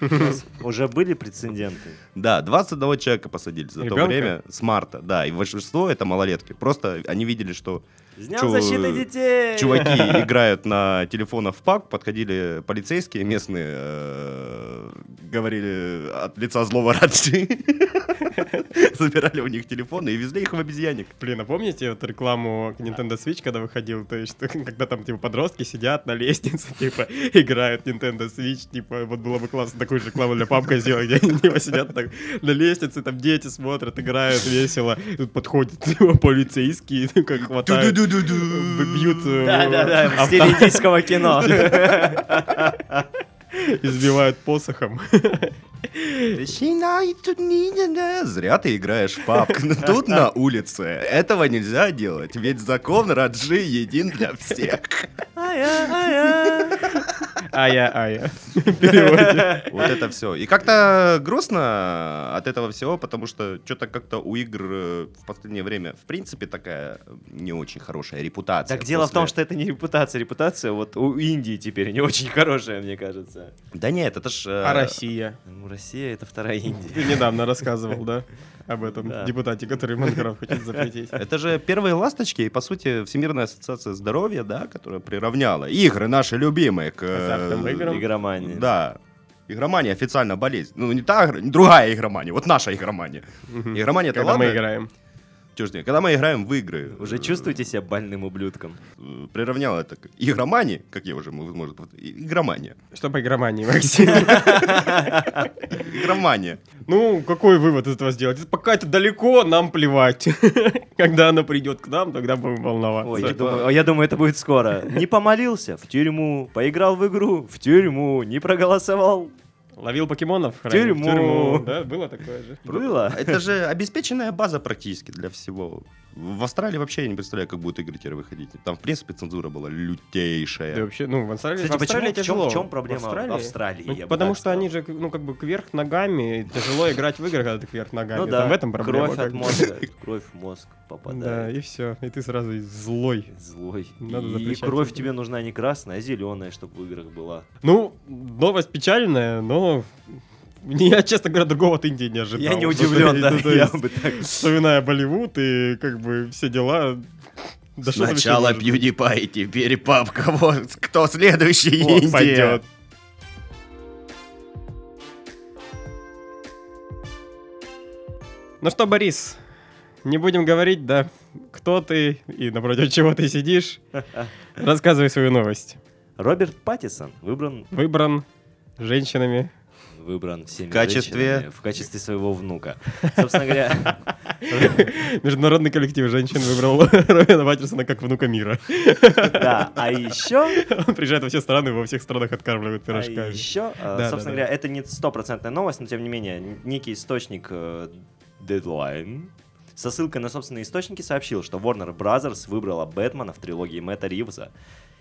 [SPEAKER 5] У нас Уже были прецеденты.
[SPEAKER 4] Да, 21 человека посадили за
[SPEAKER 3] Ребенка?
[SPEAKER 4] то время с марта. Да, и большинство это малолетки. Просто они видели, что
[SPEAKER 5] С днем
[SPEAKER 4] Чё,
[SPEAKER 5] защиты детей!
[SPEAKER 4] чуваки играют на телефонах в пак, подходили полицейские местные, э, говорили от лица злого Раджи, забирали у них телефоны и везли их в обезьянник.
[SPEAKER 3] Блин, а помните вот рекламу к Nintendo Switch, когда выходил, то есть, что когда там, типа, подростки сидят на лестнице, типа, играют в Nintendo Switch, типа, вот было бы классно такую же рекламу для папка сделать, где они типа, сидят так на лестнице, там дети смотрят, играют весело, тут подходят типа, полицейские, ну, как хватают, б- бьют, э,
[SPEAKER 5] Да-да-да, в
[SPEAKER 3] авто-
[SPEAKER 5] стиле индийского кино.
[SPEAKER 3] избивают посохом.
[SPEAKER 4] Зря ты играешь в папк. Тут на улице. Этого нельзя делать, ведь закон Раджи един для всех.
[SPEAKER 3] Ая, ая. В переводе.
[SPEAKER 4] Вот это все. И как-то грустно от этого всего, потому что что-то как-то у игр э, в последнее время, в принципе, такая э, не очень хорошая репутация.
[SPEAKER 5] Так дело в том,
[SPEAKER 4] после-
[SPEAKER 5] что это не репутация. Репутация вот у Индии теперь не очень хорошая, мне кажется.
[SPEAKER 4] Да нет, это ж... э,
[SPEAKER 3] А Россия?
[SPEAKER 5] Ну, Россия — это вторая
[SPEAKER 3] Ты
[SPEAKER 5] Индия.
[SPEAKER 3] недавно рассказывал, да? Об этом
[SPEAKER 5] Да.
[SPEAKER 3] депутате, который Майнкрафт хочет запретить.
[SPEAKER 4] Это же первые ласточки, и, по сути, Всемирная ассоциация здоровья, да, которая приравняла игры наши любимые к... э,
[SPEAKER 3] Азартным играм.
[SPEAKER 5] Игромания.
[SPEAKER 4] Да. Игромания официально болезнь. Ну, не та, игра- не другая игромания, вот наша игромания.
[SPEAKER 3] Мгм.
[SPEAKER 4] Игромания это
[SPEAKER 3] Когда мы
[SPEAKER 4] ладно.
[SPEAKER 3] играем.
[SPEAKER 4] Чё ж ты, когда мы играем в игры.
[SPEAKER 5] Уже
[SPEAKER 4] э,
[SPEAKER 5] чувствуете себя больным ублюдком?
[SPEAKER 4] э, приравняла это к игромании, как я уже, может, вот, и- игромания.
[SPEAKER 3] Что по игромании, Максим?
[SPEAKER 4] Игромания.
[SPEAKER 3] Ну, какой вывод из этого сделать? Пока это далеко, нам плевать. Когда она придет к нам, тогда будем
[SPEAKER 5] Ой, типа, я
[SPEAKER 3] волноваться.
[SPEAKER 5] думаю, я думаю, это будет скоро. Не помолился — в тюрьму. Поиграл в игру — в тюрьму. Не проголосовал
[SPEAKER 3] Ловил покемонов? хранил
[SPEAKER 5] тюрьму.
[SPEAKER 3] в тюрьму. Да, было такое же.
[SPEAKER 5] — было.
[SPEAKER 4] Это же обеспеченная база практически для всего. В Австралии вообще я не представляю, как будут игры теперь выходить. Там, в принципе, цензура была
[SPEAKER 3] Да и
[SPEAKER 4] лютейшая.
[SPEAKER 3] вообще, ну, в Австралии,
[SPEAKER 5] Э. Кстати,
[SPEAKER 3] в Австралии
[SPEAKER 5] почему- в чем-
[SPEAKER 3] тяжело.
[SPEAKER 5] в чем проблема
[SPEAKER 3] Австралии?
[SPEAKER 5] Австралии,
[SPEAKER 3] Ну,
[SPEAKER 5] я бы
[SPEAKER 3] потому
[SPEAKER 5] так
[SPEAKER 3] что
[SPEAKER 5] сказал.
[SPEAKER 3] они же, ну, как бы кверх ногами, и тяжело играть в игры, когда ты кверх ногами.
[SPEAKER 5] Ну
[SPEAKER 3] Там
[SPEAKER 5] да,
[SPEAKER 3] в этом проблема.
[SPEAKER 5] кровь
[SPEAKER 3] как
[SPEAKER 5] от
[SPEAKER 3] бы.
[SPEAKER 5] мозга. Кровь в мозг
[SPEAKER 3] Да,
[SPEAKER 5] попадает.
[SPEAKER 3] и все. И ты сразу и злой.
[SPEAKER 5] Злой.
[SPEAKER 3] Надо
[SPEAKER 5] и
[SPEAKER 3] запрещать
[SPEAKER 5] кровь
[SPEAKER 3] это.
[SPEAKER 5] тебе нужна не красная, а зеленая, чтобы в играх была.
[SPEAKER 3] Ну, новость печальная, но я, честно говоря, другого от Индии не ожидал.
[SPEAKER 5] Я не
[SPEAKER 3] Ну, то
[SPEAKER 5] удивлен,
[SPEAKER 3] есть-
[SPEAKER 5] да,
[SPEAKER 3] ну, то
[SPEAKER 5] я
[SPEAKER 3] есть,
[SPEAKER 5] бы так.
[SPEAKER 3] Вспоминая Болливуд и как бы все дела. Да что там еще может быть?
[SPEAKER 4] PewDiePie, теперь папка. Вот кто следующий
[SPEAKER 3] Вот, пойдет. Ну что, Борис, не будем говорить, да, кто кто ты и напротив чего ты сидишь. Рассказывай свою новость.
[SPEAKER 5] Роберт Паттисон выбран,
[SPEAKER 3] Выбран женщинами.
[SPEAKER 5] выбран всеми
[SPEAKER 4] В качестве-
[SPEAKER 5] женщинами в качестве своего внука. Собственно говоря,
[SPEAKER 3] Международный коллектив женщин выбрал Робина Паттерсона как внука мира.
[SPEAKER 5] да. А еще
[SPEAKER 3] Он приезжает во все страны, во всех странах откармливают
[SPEAKER 5] А
[SPEAKER 3] пирожками.
[SPEAKER 5] еще, э,
[SPEAKER 3] Да,
[SPEAKER 5] собственно
[SPEAKER 3] да, да.
[SPEAKER 5] говоря, это не стопроцентная новость, но тем не менее, н- некий источник э, Deadline со ссылкой на собственные источники сообщил, что Warner Brothers выбрала Бэтмена в трилогии Мэтта Ривза.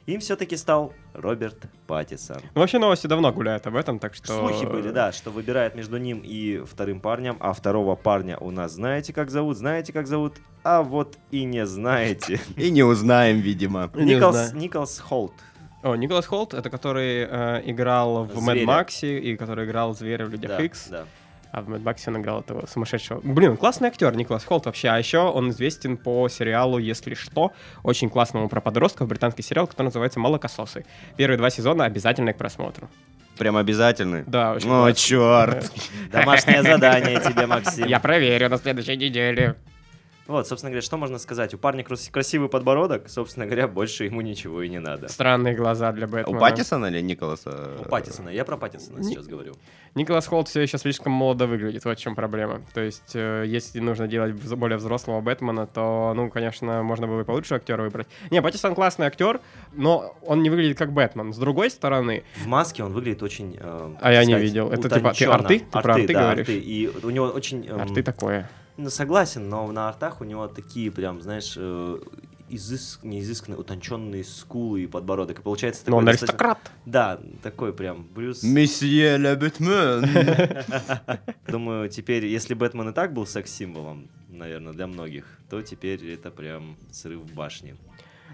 [SPEAKER 5] Им все-таки стал Роберт Паттисон.
[SPEAKER 3] Ну, Вообще новости давно гуляют об этом, так что...
[SPEAKER 5] Слухи были, да, что выбирает между ним и вторым парнем, а второго парня у нас знаете, как зовут, знаете, как зовут, а вот и не знаете.
[SPEAKER 4] И не узнаем, видимо.
[SPEAKER 3] Не
[SPEAKER 5] Николс,
[SPEAKER 3] знаю.
[SPEAKER 5] Николс Холт.
[SPEAKER 3] О, Николас Холт, это который э, играл в Мэд
[SPEAKER 5] Зверя.
[SPEAKER 3] Максе и который играл зверя в Людях
[SPEAKER 5] Да,
[SPEAKER 3] Икс.
[SPEAKER 5] да.
[SPEAKER 3] А в Мэд Максе он играл этого сумасшедшего. Блин, он классный актер, Николас Холт вообще. А еще он известен по сериалу «Если что», очень классному про подростков, британский сериал, который называется «Молокососы». Первые два сезона обязательно к просмотру.
[SPEAKER 4] Прям обязательный.
[SPEAKER 3] Да, очень
[SPEAKER 4] О,
[SPEAKER 3] классно.
[SPEAKER 4] черт.
[SPEAKER 5] Домашнее задание тебе, Максим.
[SPEAKER 3] Я проверю на следующей неделе.
[SPEAKER 5] Вот, собственно говоря, что можно сказать? У парня крас- красивый подбородок, собственно говоря, больше ему ничего и не надо.
[SPEAKER 3] Странные глаза для Бэтмена.
[SPEAKER 4] У Паттисона или Николаса?
[SPEAKER 3] Э,
[SPEAKER 5] У Паттисона, я про Паттисона сейчас говорю.
[SPEAKER 3] Николас Холт все еще слишком молодо выглядит, вот в чем проблема. То есть, э, если нужно делать вз- более взрослого Бэтмена, то, ну, конечно, можно было и получше актера выбрать. Не, Паттисон классный актер, но он не выглядит как Бэтмен. С другой стороны,
[SPEAKER 5] В маске он выглядит очень... э,
[SPEAKER 3] А я не
[SPEAKER 5] сказать,
[SPEAKER 3] видел. Это типа ты
[SPEAKER 5] утонченно.
[SPEAKER 3] арты? Ты про арты
[SPEAKER 5] да,
[SPEAKER 3] говоришь?
[SPEAKER 5] арты. И у него очень... эм,
[SPEAKER 3] арты а такое.
[SPEAKER 5] ну, согласен, но на артах у него такие прям, знаешь, э, изыск, не изысканные, утонченные скулы и подбородок. И получается
[SPEAKER 3] Но
[SPEAKER 5] такой...
[SPEAKER 3] Ну, он
[SPEAKER 5] достаточно-
[SPEAKER 3] аристократ.
[SPEAKER 5] Да, такой прям Брюс.
[SPEAKER 4] Месье Ле Бэтмен.
[SPEAKER 5] Думаю, теперь, если Бэтмен и так был секс-символом, наверное, для многих, то теперь это прям срыв башни.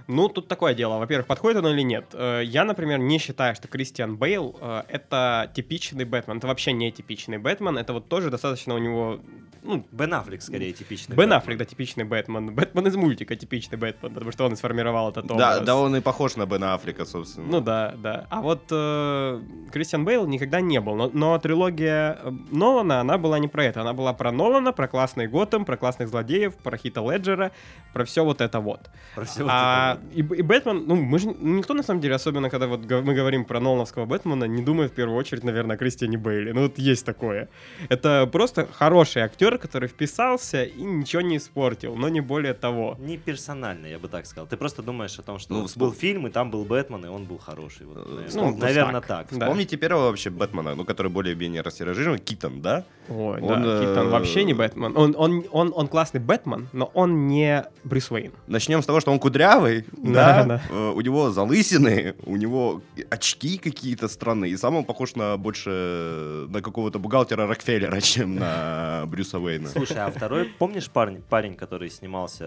[SPEAKER 3] Ну, тут такое дело. Во-первых, подходит оно или нет. Э, Я, например, не считаю, что Кристиан Бейл э, это типичный Бэтмен. Это вообще не типичный Бэтмен. Это вот тоже достаточно у него, ну,
[SPEAKER 5] Бен Аффлек, скорее, типичный.
[SPEAKER 3] Бен
[SPEAKER 5] Бэтмен.
[SPEAKER 3] Аффлек, да, типичный Бэтмен. Бэтмен из мультика типичный Бэтмен, потому что он и сформировал этот
[SPEAKER 4] Да,
[SPEAKER 3] образ.
[SPEAKER 4] да он и похож на Бена Африка, собственно.
[SPEAKER 3] Ну да, да. А вот э, Кристиан Бейл никогда не был. Но, но трилогия э, Нолана, она была не про это. Она была про Нолана, про классный Готэм, про классных злодеев, про Хита Леджера, про все вот это вот.
[SPEAKER 5] Про всё вот
[SPEAKER 3] А,
[SPEAKER 5] это вот.
[SPEAKER 3] и, и Бэтмен, ну, мы же, никто на самом деле, особенно когда вот гов- мы говорим про Нолановского Бэтмена, не думает в первую очередь, наверное, о Кристиане Бейле. Ну, вот есть такое. Это просто хороший актер, который вписался и ничего не испортил, но не более того.
[SPEAKER 5] Не персонально, я бы так сказал. Ты просто думаешь о том, что
[SPEAKER 4] Ну,
[SPEAKER 5] вот
[SPEAKER 4] вспом- Э,
[SPEAKER 5] был фильм, и там был Бэтмен, и он был хороший. Вот, наверное,
[SPEAKER 4] вспом-
[SPEAKER 5] наверное,
[SPEAKER 3] ну, так.
[SPEAKER 5] так.
[SPEAKER 3] Да.
[SPEAKER 4] Помните первого вообще Бэтмена, ну, который более-менее растиражирован, Китон, да?
[SPEAKER 3] Ой,
[SPEAKER 4] Он,
[SPEAKER 3] да, Китон
[SPEAKER 4] э,
[SPEAKER 3] вообще не Бэтмен. Он, он, он, он классный Бэтмен, но он не Брюс Уэйн.
[SPEAKER 4] Начнем с того, что он кудрявый,
[SPEAKER 3] Да,
[SPEAKER 4] да,
[SPEAKER 3] да.
[SPEAKER 4] Э, у него залысины, у него очки какие-то странные, и сам он похож на больше на какого-то бухгалтера Рокфеллера, чем на Брюса Уэйна.
[SPEAKER 5] Слушай, а второй, помнишь парень, парень, который снимался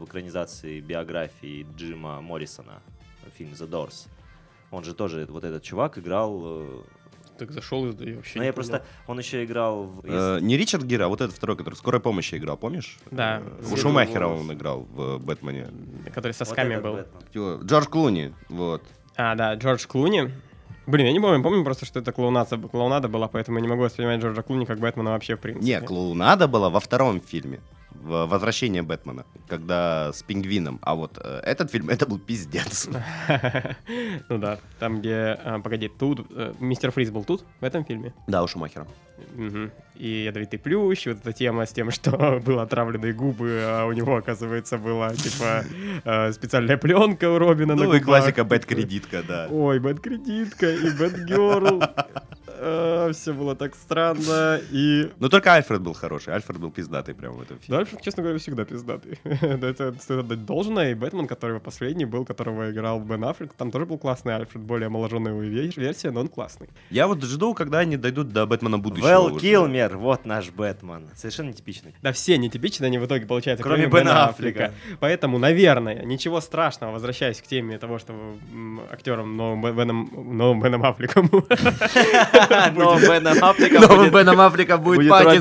[SPEAKER 5] в экранизации биографии Джима Моррисона, фильм «The Doors»? Он же тоже, вот этот чувак, играл... э,
[SPEAKER 3] Так зашел и вообще
[SPEAKER 5] Ну, я просто... Он еще играл в...
[SPEAKER 4] Э, Не Ричард Гир, а вот этот второй, который в скорой помощи играл, помнишь?
[SPEAKER 3] Да.
[SPEAKER 4] Э, У Шумахера он играл в э, Бэтмене.
[SPEAKER 3] Который
[SPEAKER 5] Вот
[SPEAKER 3] сосками
[SPEAKER 5] этот
[SPEAKER 3] был.
[SPEAKER 5] Бэтмен.
[SPEAKER 4] Джордж Клуни, вот.
[SPEAKER 3] А, да, Джордж Клуни. Блин, я не помню, помню просто, что это клоунада, клоунада была, поэтому я не могу воспринимать Джорджа Клуни как Бэтмена вообще, в принципе.
[SPEAKER 4] Не, клоунада была во втором фильме. в «Возвращение Бэтмена», когда с пингвином. А вот э, этот фильм, это был пиздец.
[SPEAKER 3] Ну да, там, где... а, Погоди, тут... э, Мистер Фриз был тут, в этом фильме?
[SPEAKER 4] Да, у Шумахера.
[SPEAKER 3] Мгм. И ядовитый плющ, и вот эта тема с тем, что было отравленные губы, а у него, оказывается, была, типа, э, специальная пленка у Робина на
[SPEAKER 4] Ну и
[SPEAKER 3] губах.
[SPEAKER 4] классика «Бэт-кредитка», да.
[SPEAKER 3] Ой, бэт-кредитка и бэт-герл. Все было так странно. И
[SPEAKER 4] Но только Альфред был хороший. Альфред был пиздатый прямо в этом фильме.
[SPEAKER 3] Дальше, честно говоря, всегда пиздатый. Да, это стоит отдать должное. И Бэтмен, который последний был, которого играл Бен Аффлек, там тоже был классный Альфред, более омоложенная его ве- версия, но он классный.
[SPEAKER 4] Я вот жду, когда они дойдут до Бэтмена будущего.
[SPEAKER 5] Вэл
[SPEAKER 4] уже.
[SPEAKER 5] Килмер, вот наш Бэтмен. Совершенно нетипичный.
[SPEAKER 3] Да все нетипичные они в итоге получаются,
[SPEAKER 5] Кроме
[SPEAKER 3] кроме,
[SPEAKER 5] Бена
[SPEAKER 3] Бена
[SPEAKER 5] Аффлека.
[SPEAKER 3] Аффлека. Поэтому, наверное, ничего страшного, возвращаясь к теме того, что м, актером новым Бе- Беном, новым Беном Аффлеком будет
[SPEAKER 5] Новым Беном Африка
[SPEAKER 4] Новым
[SPEAKER 5] будет
[SPEAKER 4] Беном Африка будет
[SPEAKER 5] будет Роберт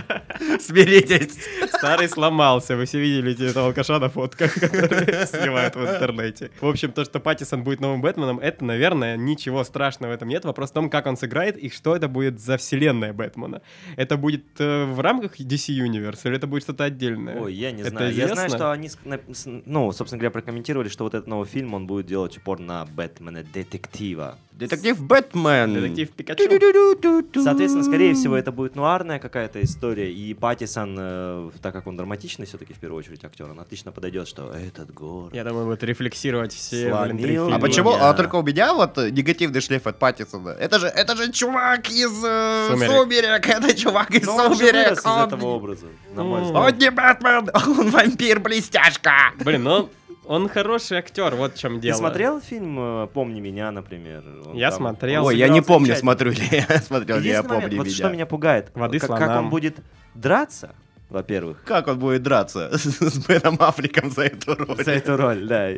[SPEAKER 5] Паттисон.
[SPEAKER 4] Смиритесь.
[SPEAKER 3] Старый сломался, вы все видели эти- этого алкаша на фотках, которые снимают в интернете. В общем, то, что Паттисон будет новым Бэтменом, это, наверное, ничего страшного в этом нет. Вопрос в том, как он сыграет и что это будет за вселенная Бэтмена. Это будет э, в рамках DC Universe или это будет что-то отдельное?
[SPEAKER 5] Ой, я не
[SPEAKER 3] Это
[SPEAKER 5] знаю. Я знаю,
[SPEAKER 3] известно?
[SPEAKER 5] что они, ск- нап- с- ну, собственно говоря, прокомментировали, что вот этот новый фильм, он будет делать упор на Бэтмена детектива.
[SPEAKER 4] Детектив Бэтмен.
[SPEAKER 3] Детектив Пикачу.
[SPEAKER 4] Тю-тю-тю-тю-тю.
[SPEAKER 5] Соответственно, скорее всего, это будет нуарная какая-то история, и Паттисон, э, так как он драматичный все-таки в первую очередь актер, он отлично подойдет, что этот город...
[SPEAKER 3] Я думаю, будут рефлексировать все. блин, три
[SPEAKER 5] Сломил.
[SPEAKER 4] А
[SPEAKER 3] фильма.
[SPEAKER 4] почему?
[SPEAKER 5] меня.
[SPEAKER 4] А только у меня вот э, негативный шлейф от Паттисона. Это же, это же чувак из э,
[SPEAKER 3] Сумерек.
[SPEAKER 4] Сумерек. Это чувак из
[SPEAKER 5] Но Ну, он же вырос
[SPEAKER 4] Сумерек.
[SPEAKER 5] из
[SPEAKER 4] Он-
[SPEAKER 5] этого образа, на мой
[SPEAKER 3] М.
[SPEAKER 5] взгляд.
[SPEAKER 4] Он не Бэтмен, он вампир блестяшка.
[SPEAKER 3] Блин, ну он хороший актер, вот в чем
[SPEAKER 5] Ты
[SPEAKER 3] дело.
[SPEAKER 5] смотрел фильм э, «Помни меня», например? Он
[SPEAKER 3] Я
[SPEAKER 5] там-
[SPEAKER 3] смотрел.
[SPEAKER 5] он
[SPEAKER 4] Ой, я не
[SPEAKER 5] сыграл
[SPEAKER 4] помню,
[SPEAKER 5] замечательно.
[SPEAKER 4] смотрю ли я, смотрел ли я,
[SPEAKER 5] Единственный
[SPEAKER 4] помню
[SPEAKER 5] момент, вот что
[SPEAKER 4] меня.
[SPEAKER 5] меня пугает,
[SPEAKER 3] Воды
[SPEAKER 5] как, как
[SPEAKER 3] слонам.
[SPEAKER 5] он будет драться, во-первых,
[SPEAKER 4] Как он будет драться с Беном Африком за эту роль?
[SPEAKER 5] за эту роль, да.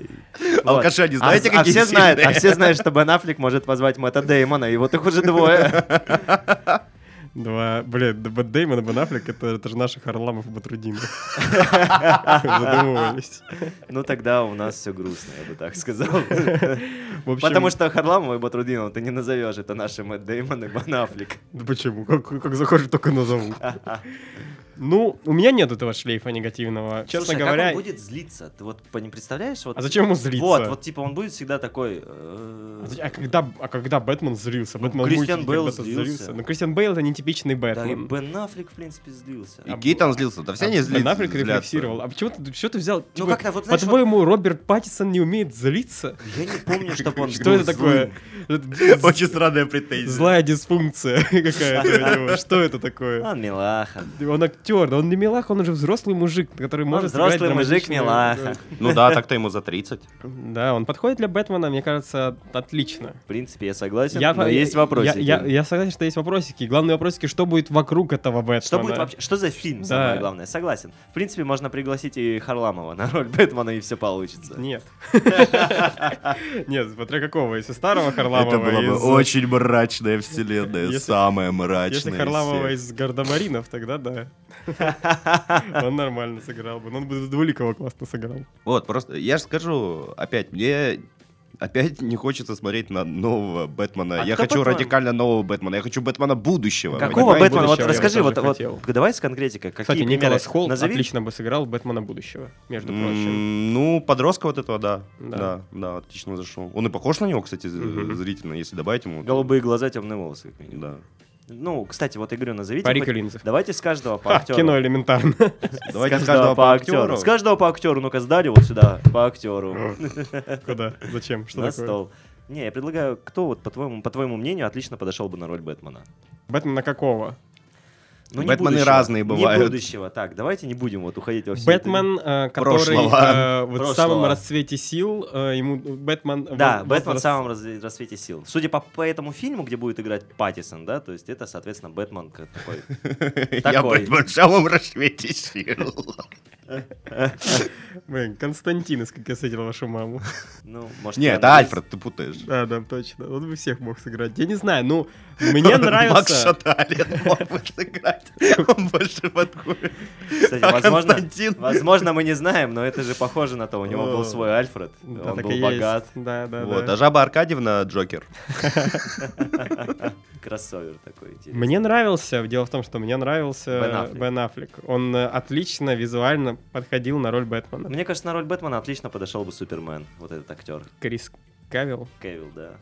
[SPEAKER 4] Алкаши, они
[SPEAKER 5] А-
[SPEAKER 4] знаете,
[SPEAKER 5] а,
[SPEAKER 4] какие
[SPEAKER 5] все знают, а
[SPEAKER 4] сильные?
[SPEAKER 5] все знают, что Бен Аффлек может позвать Мэтта Деймона, и вот их уже двое.
[SPEAKER 3] Два, блин, да Бэт Дэймон и Бен Аффлек, это, это же наших Харламов и Батрудинов. Задумывались.
[SPEAKER 5] Ну тогда у нас все грустно, я бы так сказал.
[SPEAKER 3] В общем,
[SPEAKER 5] Потому что Харламова и Батрудинова ты не назовешь, это наши Мэтт Деймон и Бен Аффлек.
[SPEAKER 3] Да почему? Как, как захочешь, только назову. Ну, у меня нет этого шлейфа негативного. Честно
[SPEAKER 5] Слушай, а
[SPEAKER 3] говоря,
[SPEAKER 5] как он будет злиться? Ты вот по- не представляешь? Вот,
[SPEAKER 3] а зачем ему злиться?
[SPEAKER 5] Вот, вот типа он будет всегда такой...
[SPEAKER 3] А
[SPEAKER 5] э,
[SPEAKER 3] зач- А когда, а когда Бэтмен злился? Бэтмен в
[SPEAKER 5] Ну, Кристиан
[SPEAKER 3] мультике
[SPEAKER 5] Бейл
[SPEAKER 3] когда-то
[SPEAKER 5] злился.
[SPEAKER 3] Но Кристиан Бейл это нетипичный
[SPEAKER 5] Да и
[SPEAKER 3] Бэтмен.
[SPEAKER 5] Бен Аффлек, в принципе, злился.
[SPEAKER 4] И Кей там злился, да все
[SPEAKER 3] А
[SPEAKER 4] они злятся.
[SPEAKER 3] Бен Аффлек
[SPEAKER 4] злятся.
[SPEAKER 3] рефлексировал. А почему ты, что ты взял?
[SPEAKER 5] Ну
[SPEAKER 3] Типа,
[SPEAKER 5] как-то вот, знаешь, вот-
[SPEAKER 3] По-твоему, Роберт Паттисон не умеет злиться?
[SPEAKER 5] Я не помню, чтобы он
[SPEAKER 3] Что
[SPEAKER 5] был
[SPEAKER 3] это такое?
[SPEAKER 5] злым.
[SPEAKER 3] Это
[SPEAKER 4] Очень странная претензия.
[SPEAKER 3] Злая дисфункция какая-то у него. Что это такое?
[SPEAKER 5] Он А, милаха. Ну,
[SPEAKER 3] Он актер, да он не милах, он уже взрослый мужик, который может сыграть
[SPEAKER 5] взрослый мужик
[SPEAKER 3] драматичную-
[SPEAKER 5] милаха.
[SPEAKER 4] Ну да, так-то ему за 30.
[SPEAKER 3] Да, он подходит для Бэтмена, мне кажется, отлично.
[SPEAKER 5] В принципе, я согласен,
[SPEAKER 3] Я-
[SPEAKER 5] но есть
[SPEAKER 3] я-
[SPEAKER 5] вопросики.
[SPEAKER 3] Я, я- я согласен, что есть вопросики. Главные вопросики, что будет вокруг этого Бэтмена.
[SPEAKER 5] Что будет вообще? Что за фильм,
[SPEAKER 3] Да.
[SPEAKER 5] самое главное? Согласен. В принципе, можно пригласить и Харламова на роль Бэтмена, и все получится.
[SPEAKER 3] Нет. Нет, смотря какого. Если старого Харламова...
[SPEAKER 4] Это была бы
[SPEAKER 3] из-
[SPEAKER 4] очень мрачная вселенная,
[SPEAKER 3] Если-
[SPEAKER 4] самая мрачная.
[SPEAKER 3] Если
[SPEAKER 4] из
[SPEAKER 3] Харламова
[SPEAKER 4] всех.
[SPEAKER 3] из Гардемаринов, тогда да. Он нормально сыграл бы. но Он бы Двуликова классно сыграл.
[SPEAKER 4] Вот, просто я же скажу опять, мне опять не хочется смотреть на нового Бэтмена.
[SPEAKER 5] А
[SPEAKER 4] я
[SPEAKER 5] кто,
[SPEAKER 4] хочу
[SPEAKER 5] по-твоему?
[SPEAKER 4] радикально нового Бэтмена. Я хочу Бэтмена будущего.
[SPEAKER 5] Какого
[SPEAKER 3] Бэтмена
[SPEAKER 5] Бэтмена? Вот
[SPEAKER 3] будущего я
[SPEAKER 5] расскажи,
[SPEAKER 3] тоже
[SPEAKER 5] вот, вот
[SPEAKER 3] хотел.
[SPEAKER 5] давай с конкретикой. Какие
[SPEAKER 3] Кстати,
[SPEAKER 5] примеры?
[SPEAKER 3] Николас Холл
[SPEAKER 5] Назови.
[SPEAKER 3] отлично бы сыграл Бэтмена будущего, между прочим.
[SPEAKER 4] М, Ну, подростка вот этого, да.
[SPEAKER 3] Да.
[SPEAKER 4] Да, да, отлично зашел. Он и похож на него, кстати, з-
[SPEAKER 3] Мгм.
[SPEAKER 4] зрительно, если добавить ему. то-
[SPEAKER 5] Голубые глаза, темные волосы, как минимум.
[SPEAKER 4] Да.
[SPEAKER 5] Ну, кстати, вот игру назовите.
[SPEAKER 3] Парик
[SPEAKER 5] хоть-
[SPEAKER 3] и линзы.
[SPEAKER 5] Давайте с каждого по
[SPEAKER 3] Ха,
[SPEAKER 5] актеру.
[SPEAKER 3] кино элементарно.
[SPEAKER 4] Давайте
[SPEAKER 5] с каждого по актеру. С каждого по актеру. Ну-ка, сдали вот сюда, по актеру.
[SPEAKER 3] Куда? Зачем? Что
[SPEAKER 5] на
[SPEAKER 3] такое?
[SPEAKER 5] стол. Не, я предлагаю, кто вот по твоему, по твоему мнению отлично подошел бы на роль Бэтмена?
[SPEAKER 3] Бэтмена какого?
[SPEAKER 5] Ну, не
[SPEAKER 4] Бэтмены
[SPEAKER 5] будущего,
[SPEAKER 4] разные бывают.
[SPEAKER 5] Не будущего. Так, давайте не будем вот уходить во все это.
[SPEAKER 3] Бэтмен, э, который
[SPEAKER 4] Прошлого.
[SPEAKER 3] э, вот в
[SPEAKER 5] Прошлого.
[SPEAKER 3] самом расцвете сил, э, ему Бэтмен...
[SPEAKER 5] Да,
[SPEAKER 3] воз-
[SPEAKER 5] Бэтмен в
[SPEAKER 3] возраст-
[SPEAKER 5] самом разве- рассвете сил. Судя по, по этому фильму, где будет играть Паттисон, да, то есть это, соответственно, Бэтмен как такой.
[SPEAKER 4] Я
[SPEAKER 5] Такой.
[SPEAKER 4] Бэтмен в самом рассвете сил.
[SPEAKER 3] Блин, Константин из «Как я встретил вашу маму».
[SPEAKER 5] Ну, может,
[SPEAKER 4] Нет,
[SPEAKER 5] Леонардо
[SPEAKER 4] это
[SPEAKER 5] Ди-
[SPEAKER 4] Альфред, ты путаешь.
[SPEAKER 3] Да, да, точно. Он бы всех мог сыграть. Я не знаю, ну, мне
[SPEAKER 4] Макс
[SPEAKER 3] нравится...
[SPEAKER 4] Шаталин мог бы сыграть. Он больше подходит.
[SPEAKER 5] Кстати,
[SPEAKER 4] А
[SPEAKER 5] возможно,
[SPEAKER 4] Константин?
[SPEAKER 5] возможно, мы не знаем, но это же похоже на то. У него был
[SPEAKER 4] О.
[SPEAKER 5] свой Альфред,
[SPEAKER 3] Да,
[SPEAKER 5] он
[SPEAKER 3] так и
[SPEAKER 5] был
[SPEAKER 3] есть.
[SPEAKER 5] богат.
[SPEAKER 3] Да, да,
[SPEAKER 4] Вот,
[SPEAKER 3] да.
[SPEAKER 4] а Жаба Аркадьевна Джокер.
[SPEAKER 5] Кроссовер такой. интересный.
[SPEAKER 3] Мне нравился, дело в том, что мне нравился
[SPEAKER 5] Бен Аффлек.
[SPEAKER 3] Бен Аффлек. Он э, отлично визуально подходил на роль Бэтмена.
[SPEAKER 5] Мне кажется, на роль Бэтмена отлично подошел бы Супермен, вот этот актер.
[SPEAKER 3] Крис Кавилл.
[SPEAKER 5] Кевилл, да.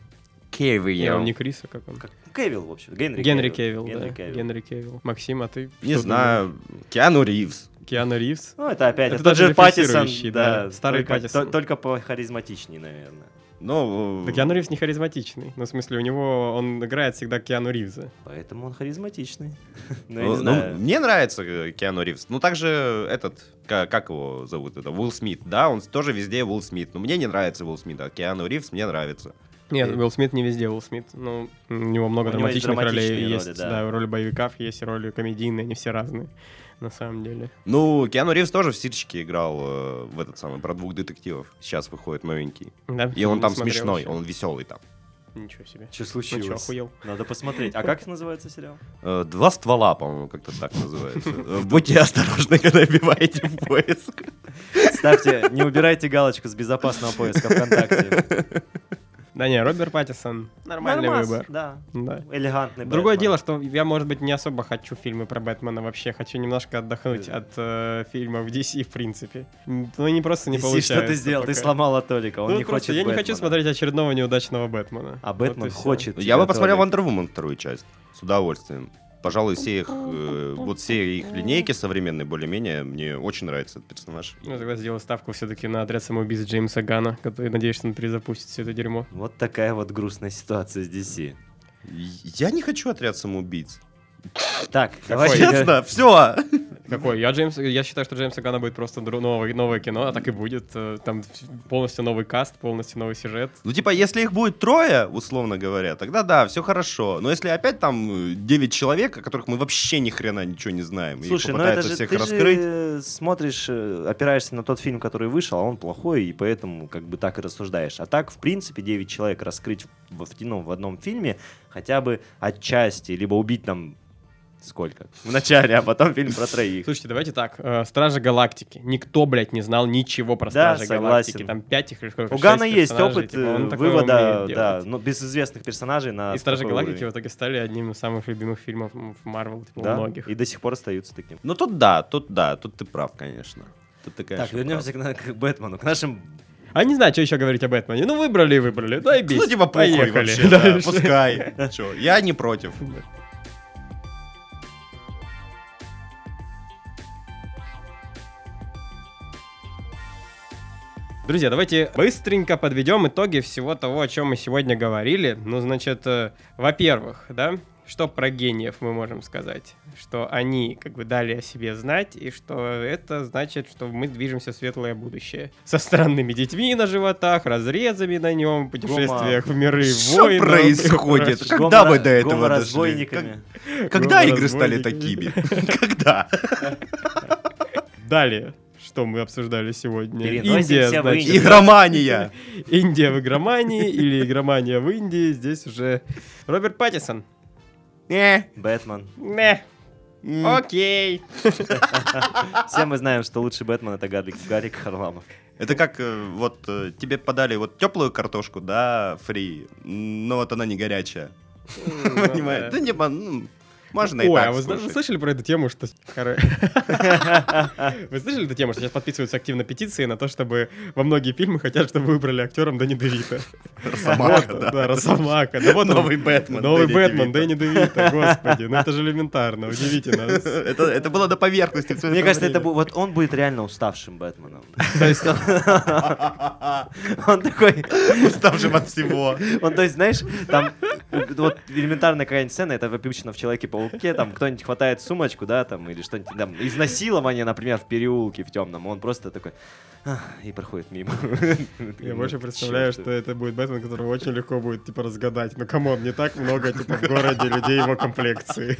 [SPEAKER 5] Ну,
[SPEAKER 3] Не, он
[SPEAKER 4] Кевин.
[SPEAKER 3] не Крис, а как он?
[SPEAKER 5] Как- Кевилл, в общем. Генри,
[SPEAKER 3] Генри
[SPEAKER 5] Кевилл.
[SPEAKER 3] Кевилл, да.
[SPEAKER 5] Генри Кевилл.
[SPEAKER 3] Генри Кевилл. Максим, а ты?
[SPEAKER 4] Не
[SPEAKER 3] что
[SPEAKER 4] знаю, Киану Ривз.
[SPEAKER 3] думаешь? Киану Ривз?
[SPEAKER 5] Ну, это опять,
[SPEAKER 3] Это
[SPEAKER 5] это,
[SPEAKER 3] даже
[SPEAKER 5] же Паттисон,
[SPEAKER 3] рефлексирующий,
[SPEAKER 5] да,
[SPEAKER 3] да, старый
[SPEAKER 5] только,
[SPEAKER 3] Паттисон.
[SPEAKER 5] то- только по харизматичнее, наверное.
[SPEAKER 4] Ну,
[SPEAKER 3] Да Киану Ривз не харизматичный. Ну, в смысле, у него он играет всегда Киану Ривза.
[SPEAKER 5] Поэтому он харизматичный. Ну, я не
[SPEAKER 4] ну, ну,
[SPEAKER 5] знаю.
[SPEAKER 4] мне нравится э, Киану Ривз. Ну, также этот, ка- как, его зовут, это Уилл Смит, да, он тоже везде Уилл Смит. Но мне не нравится Уилл Смит, а Киану Ривз мне нравится.
[SPEAKER 3] Нет,
[SPEAKER 5] Э.
[SPEAKER 3] Уилл Смит не везде Уилл Смит. Ну, у него много
[SPEAKER 5] У него есть
[SPEAKER 3] драматичных ролей
[SPEAKER 5] драматичные
[SPEAKER 3] есть.
[SPEAKER 5] роли, да.
[SPEAKER 3] да. роли боевиков есть, роли комедийные, они все разные, на самом деле.
[SPEAKER 4] Ну, Киану Ривз тоже в «Сирчике» играл э, в этот самый, про двух детективов. Сейчас выходит новенький.
[SPEAKER 3] Да,
[SPEAKER 4] И он
[SPEAKER 3] не
[SPEAKER 4] там
[SPEAKER 3] смотрел
[SPEAKER 4] смешной,
[SPEAKER 3] еще.
[SPEAKER 4] он веселый там.
[SPEAKER 3] Ничего себе.
[SPEAKER 5] Что
[SPEAKER 3] Ну чё,
[SPEAKER 5] случилось?
[SPEAKER 3] охуел?
[SPEAKER 5] Надо посмотреть. А как называется сериал?
[SPEAKER 4] Э, Два ствола, по-моему, как-то так называется. Э, Будьте осторожны, когда вбиваете в поиск.
[SPEAKER 5] Ставьте, не убирайте галочку с безопасного поиска ВКонтакте.
[SPEAKER 3] Да не, Роберт Паттисон. Нормальный
[SPEAKER 5] Нормас,
[SPEAKER 3] выбор.
[SPEAKER 5] Да.
[SPEAKER 3] Да.
[SPEAKER 5] Элегантный
[SPEAKER 3] Другое
[SPEAKER 5] Бэтмен.
[SPEAKER 3] дело, что я, может быть, не особо хочу фильмы про Бэтмена вообще. Хочу немножко отдохнуть от э, фильмов DC, в принципе. М, Ну, они просто не
[SPEAKER 5] Си,
[SPEAKER 3] получается.
[SPEAKER 5] что ты сделал? Ты
[SPEAKER 3] пока.
[SPEAKER 5] сломал от Толика, он
[SPEAKER 3] Ну,
[SPEAKER 5] не
[SPEAKER 3] просто
[SPEAKER 5] хочет
[SPEAKER 3] я не хочу
[SPEAKER 5] Бэтмена.
[SPEAKER 3] смотреть очередного неудачного Бэтмена.
[SPEAKER 5] А
[SPEAKER 3] Вот и
[SPEAKER 5] Бэтмен
[SPEAKER 3] всё.
[SPEAKER 5] хочет
[SPEAKER 4] Я
[SPEAKER 5] тебя,
[SPEAKER 4] бы посмотрел
[SPEAKER 5] Толик.
[SPEAKER 4] Wonder Woman вторую часть с удовольствием. Пожалуй, все их, э, вот все их линейки современные более-менее мне очень нравится этот персонаж.
[SPEAKER 3] Ну, тогда сделаю ставку все-таки на отряд самоубийц Джеймса Гана, который, надеюсь, он перезапустит все это дерьмо.
[SPEAKER 5] Вот такая вот грустная ситуация с DC.
[SPEAKER 4] Я не хочу отряд самоубийц.
[SPEAKER 5] Так, давай.
[SPEAKER 4] Честно, все.
[SPEAKER 3] Какой? Я, Джеймс, я считаю, что Джеймса Гана будет просто дру- новое, новое кино, а так и будет. Э, Там в- полностью новый каст, полностью новый сюжет.
[SPEAKER 4] Ну, типа, если их будет трое, условно говоря, тогда да, все хорошо. Но если опять там э, 9 человек, о которых мы вообще ни хрена ничего не знаем,
[SPEAKER 5] Слушай,
[SPEAKER 4] и
[SPEAKER 5] ну это
[SPEAKER 4] попытаются
[SPEAKER 5] же
[SPEAKER 4] всех
[SPEAKER 5] ты
[SPEAKER 4] раскрыть.
[SPEAKER 5] же смотришь, э, опираешься на тот фильм, который вышел, а он плохой, и поэтому как бы так и рассуждаешь. А так, в принципе, 9 человек раскрыть в, в, кино в одном фильме хотя бы отчасти, либо убить нам сколько? Вначале, а потом фильм про троих.
[SPEAKER 3] Слушайте, давайте так. э, Стражи Галактики. Никто, блядь, не знал ничего про
[SPEAKER 5] Да,
[SPEAKER 3] Стражи
[SPEAKER 5] согласен.
[SPEAKER 3] Галактики. Там пять их или сколько,
[SPEAKER 5] У
[SPEAKER 3] шесть
[SPEAKER 5] Гана есть
[SPEAKER 3] персонажей,
[SPEAKER 5] опыт
[SPEAKER 3] типа,
[SPEAKER 5] э,
[SPEAKER 3] он такое
[SPEAKER 5] вывода,
[SPEAKER 3] умеет
[SPEAKER 5] да,
[SPEAKER 3] делать. типа.
[SPEAKER 5] но без известных персонажей на
[SPEAKER 3] И Стражи
[SPEAKER 5] такой
[SPEAKER 3] Галактики
[SPEAKER 5] уровень.
[SPEAKER 3] в итоге стали одним из самых любимых фильмов м, в Марвел, типа,
[SPEAKER 5] Да,
[SPEAKER 3] у многих.
[SPEAKER 5] и до сих пор остаются таким.
[SPEAKER 4] Ну, тут да, тут да, тут ты прав, конечно. Тут ты, конечно,
[SPEAKER 5] Так, вернемся к, на- к Бэтмену, к нашим...
[SPEAKER 3] А не знаю, что еще говорить об Бэтмене. Ну, выбрали и выбрали. Да и
[SPEAKER 4] прав.
[SPEAKER 3] бей.
[SPEAKER 4] Ну, типа, похуй вообще, да, пускай. Чё, я не против.
[SPEAKER 3] Друзья, давайте быстренько подведем итоги всего того, о чем мы сегодня говорили. Ну, значит, э, во-первых, да, что про гениев мы можем сказать? Что они как бы дали о себе знать, и что это значит, что мы движемся в светлое будущее. Со странными детьми на животах, разрезами на нем, путешествиях в миры
[SPEAKER 4] Что
[SPEAKER 3] войн.
[SPEAKER 4] происходит? Когда
[SPEAKER 5] Гомо-
[SPEAKER 4] вы до этого дошли?
[SPEAKER 5] гомо-разбойниками.
[SPEAKER 4] Как- Когда
[SPEAKER 3] Ну,
[SPEAKER 4] игры стали
[SPEAKER 3] Гомо-разбойниками.
[SPEAKER 4] такими? Когда?
[SPEAKER 3] Далее, что мы обсуждали сегодня.
[SPEAKER 5] Переносимся
[SPEAKER 3] Индия,
[SPEAKER 5] в
[SPEAKER 3] значит,
[SPEAKER 5] Индию.
[SPEAKER 4] Игромания.
[SPEAKER 3] Индия в игромании или игромания в Индии. Здесь уже Роберт Паттисон.
[SPEAKER 4] Не.
[SPEAKER 5] Бэтмен.
[SPEAKER 3] Не,
[SPEAKER 4] М.
[SPEAKER 3] окей.
[SPEAKER 5] Все мы знаем, что лучший Бэтмен это Гарик, Гарик Харламов.
[SPEAKER 4] Это как э, вот э, тебе подали вот теплую картошку, да, фри, но вот она не горячая. Понимаешь? Да не, ну, можно и
[SPEAKER 3] Ой, а
[SPEAKER 4] так
[SPEAKER 3] вы зна- вы
[SPEAKER 4] слушать.
[SPEAKER 3] слышали про эту тему, что... Короче. Вы слышали эту тему, что сейчас подписываются активно петиции на то, чтобы во многие фильмы хотят, чтобы выбрали актером Дэнни Девита.
[SPEAKER 4] Росомаха,
[SPEAKER 3] Вот,
[SPEAKER 4] да.
[SPEAKER 3] Да, Росомаха. Да вот он.
[SPEAKER 4] Новый Бэтмен.
[SPEAKER 3] Новый
[SPEAKER 4] Дэнни
[SPEAKER 3] Бэтмен,
[SPEAKER 4] Девито.
[SPEAKER 3] Дэнни Девита, господи. Ну это же элементарно, удивите нас.
[SPEAKER 4] Это, это было до поверхности. всё
[SPEAKER 5] Мне
[SPEAKER 4] это
[SPEAKER 5] кажется,
[SPEAKER 4] время.
[SPEAKER 5] это бу- вот он будет реально уставшим Бэтменом. То есть он, он такой,
[SPEAKER 4] уставшим от всего.
[SPEAKER 5] он, то есть, знаешь, там э, вот элементарная какая-нибудь сцена, это выпущено в Человеке-пауке, там кто-нибудь хватает сумочку, да, там, или что-нибудь, там, изнасилование, например, в переулке в темном, он просто такой, «Ах», и проходит мимо.
[SPEAKER 3] Я больше представляю, что это будет Бэтмен, которого очень легко будет, типа, разгадать. Ну, камон, не так много, типа, в городе людей его комплекции.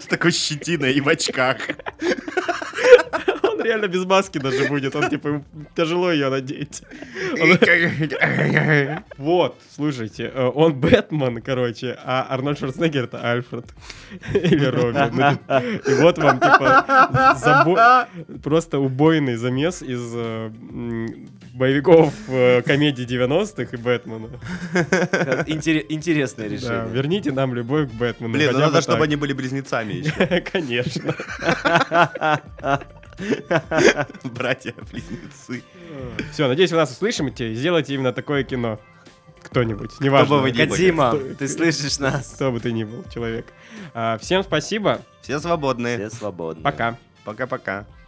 [SPEAKER 4] С такой щетиной и в очках.
[SPEAKER 3] Он реально без маски даже будет, он, типа, ему тяжело ее надеть. Он- Вот, слушайте, э, он Бэтмен, короче, а Арнольд Шварценеггер это Альфред. Или Робин. Ну, тип- И вот вам, типа, забо- просто убойный замес из э, м, боевиков э, комедий 90-х и Бэтмена.
[SPEAKER 5] Интересное
[SPEAKER 3] Да,
[SPEAKER 5] решение.
[SPEAKER 3] верните нам любовь к Бэтмену.
[SPEAKER 4] Блин, ну
[SPEAKER 3] хотя бы
[SPEAKER 4] надо, чтобы
[SPEAKER 3] так.
[SPEAKER 4] они были близнецами еще.
[SPEAKER 3] Конечно.
[SPEAKER 4] Братья-близнецы.
[SPEAKER 3] Все, надеюсь, вы нас услышите и сделайте именно такое кино. Кто-нибудь, неважно.
[SPEAKER 4] бы вы ни были.
[SPEAKER 5] Кадима,
[SPEAKER 3] Стой.
[SPEAKER 5] ты слышишь нас?
[SPEAKER 3] Кто бы ты ни был, человек. А, Всем спасибо.
[SPEAKER 4] Все свободные.
[SPEAKER 5] Все свободны.
[SPEAKER 3] Пока.
[SPEAKER 4] Пока-пока.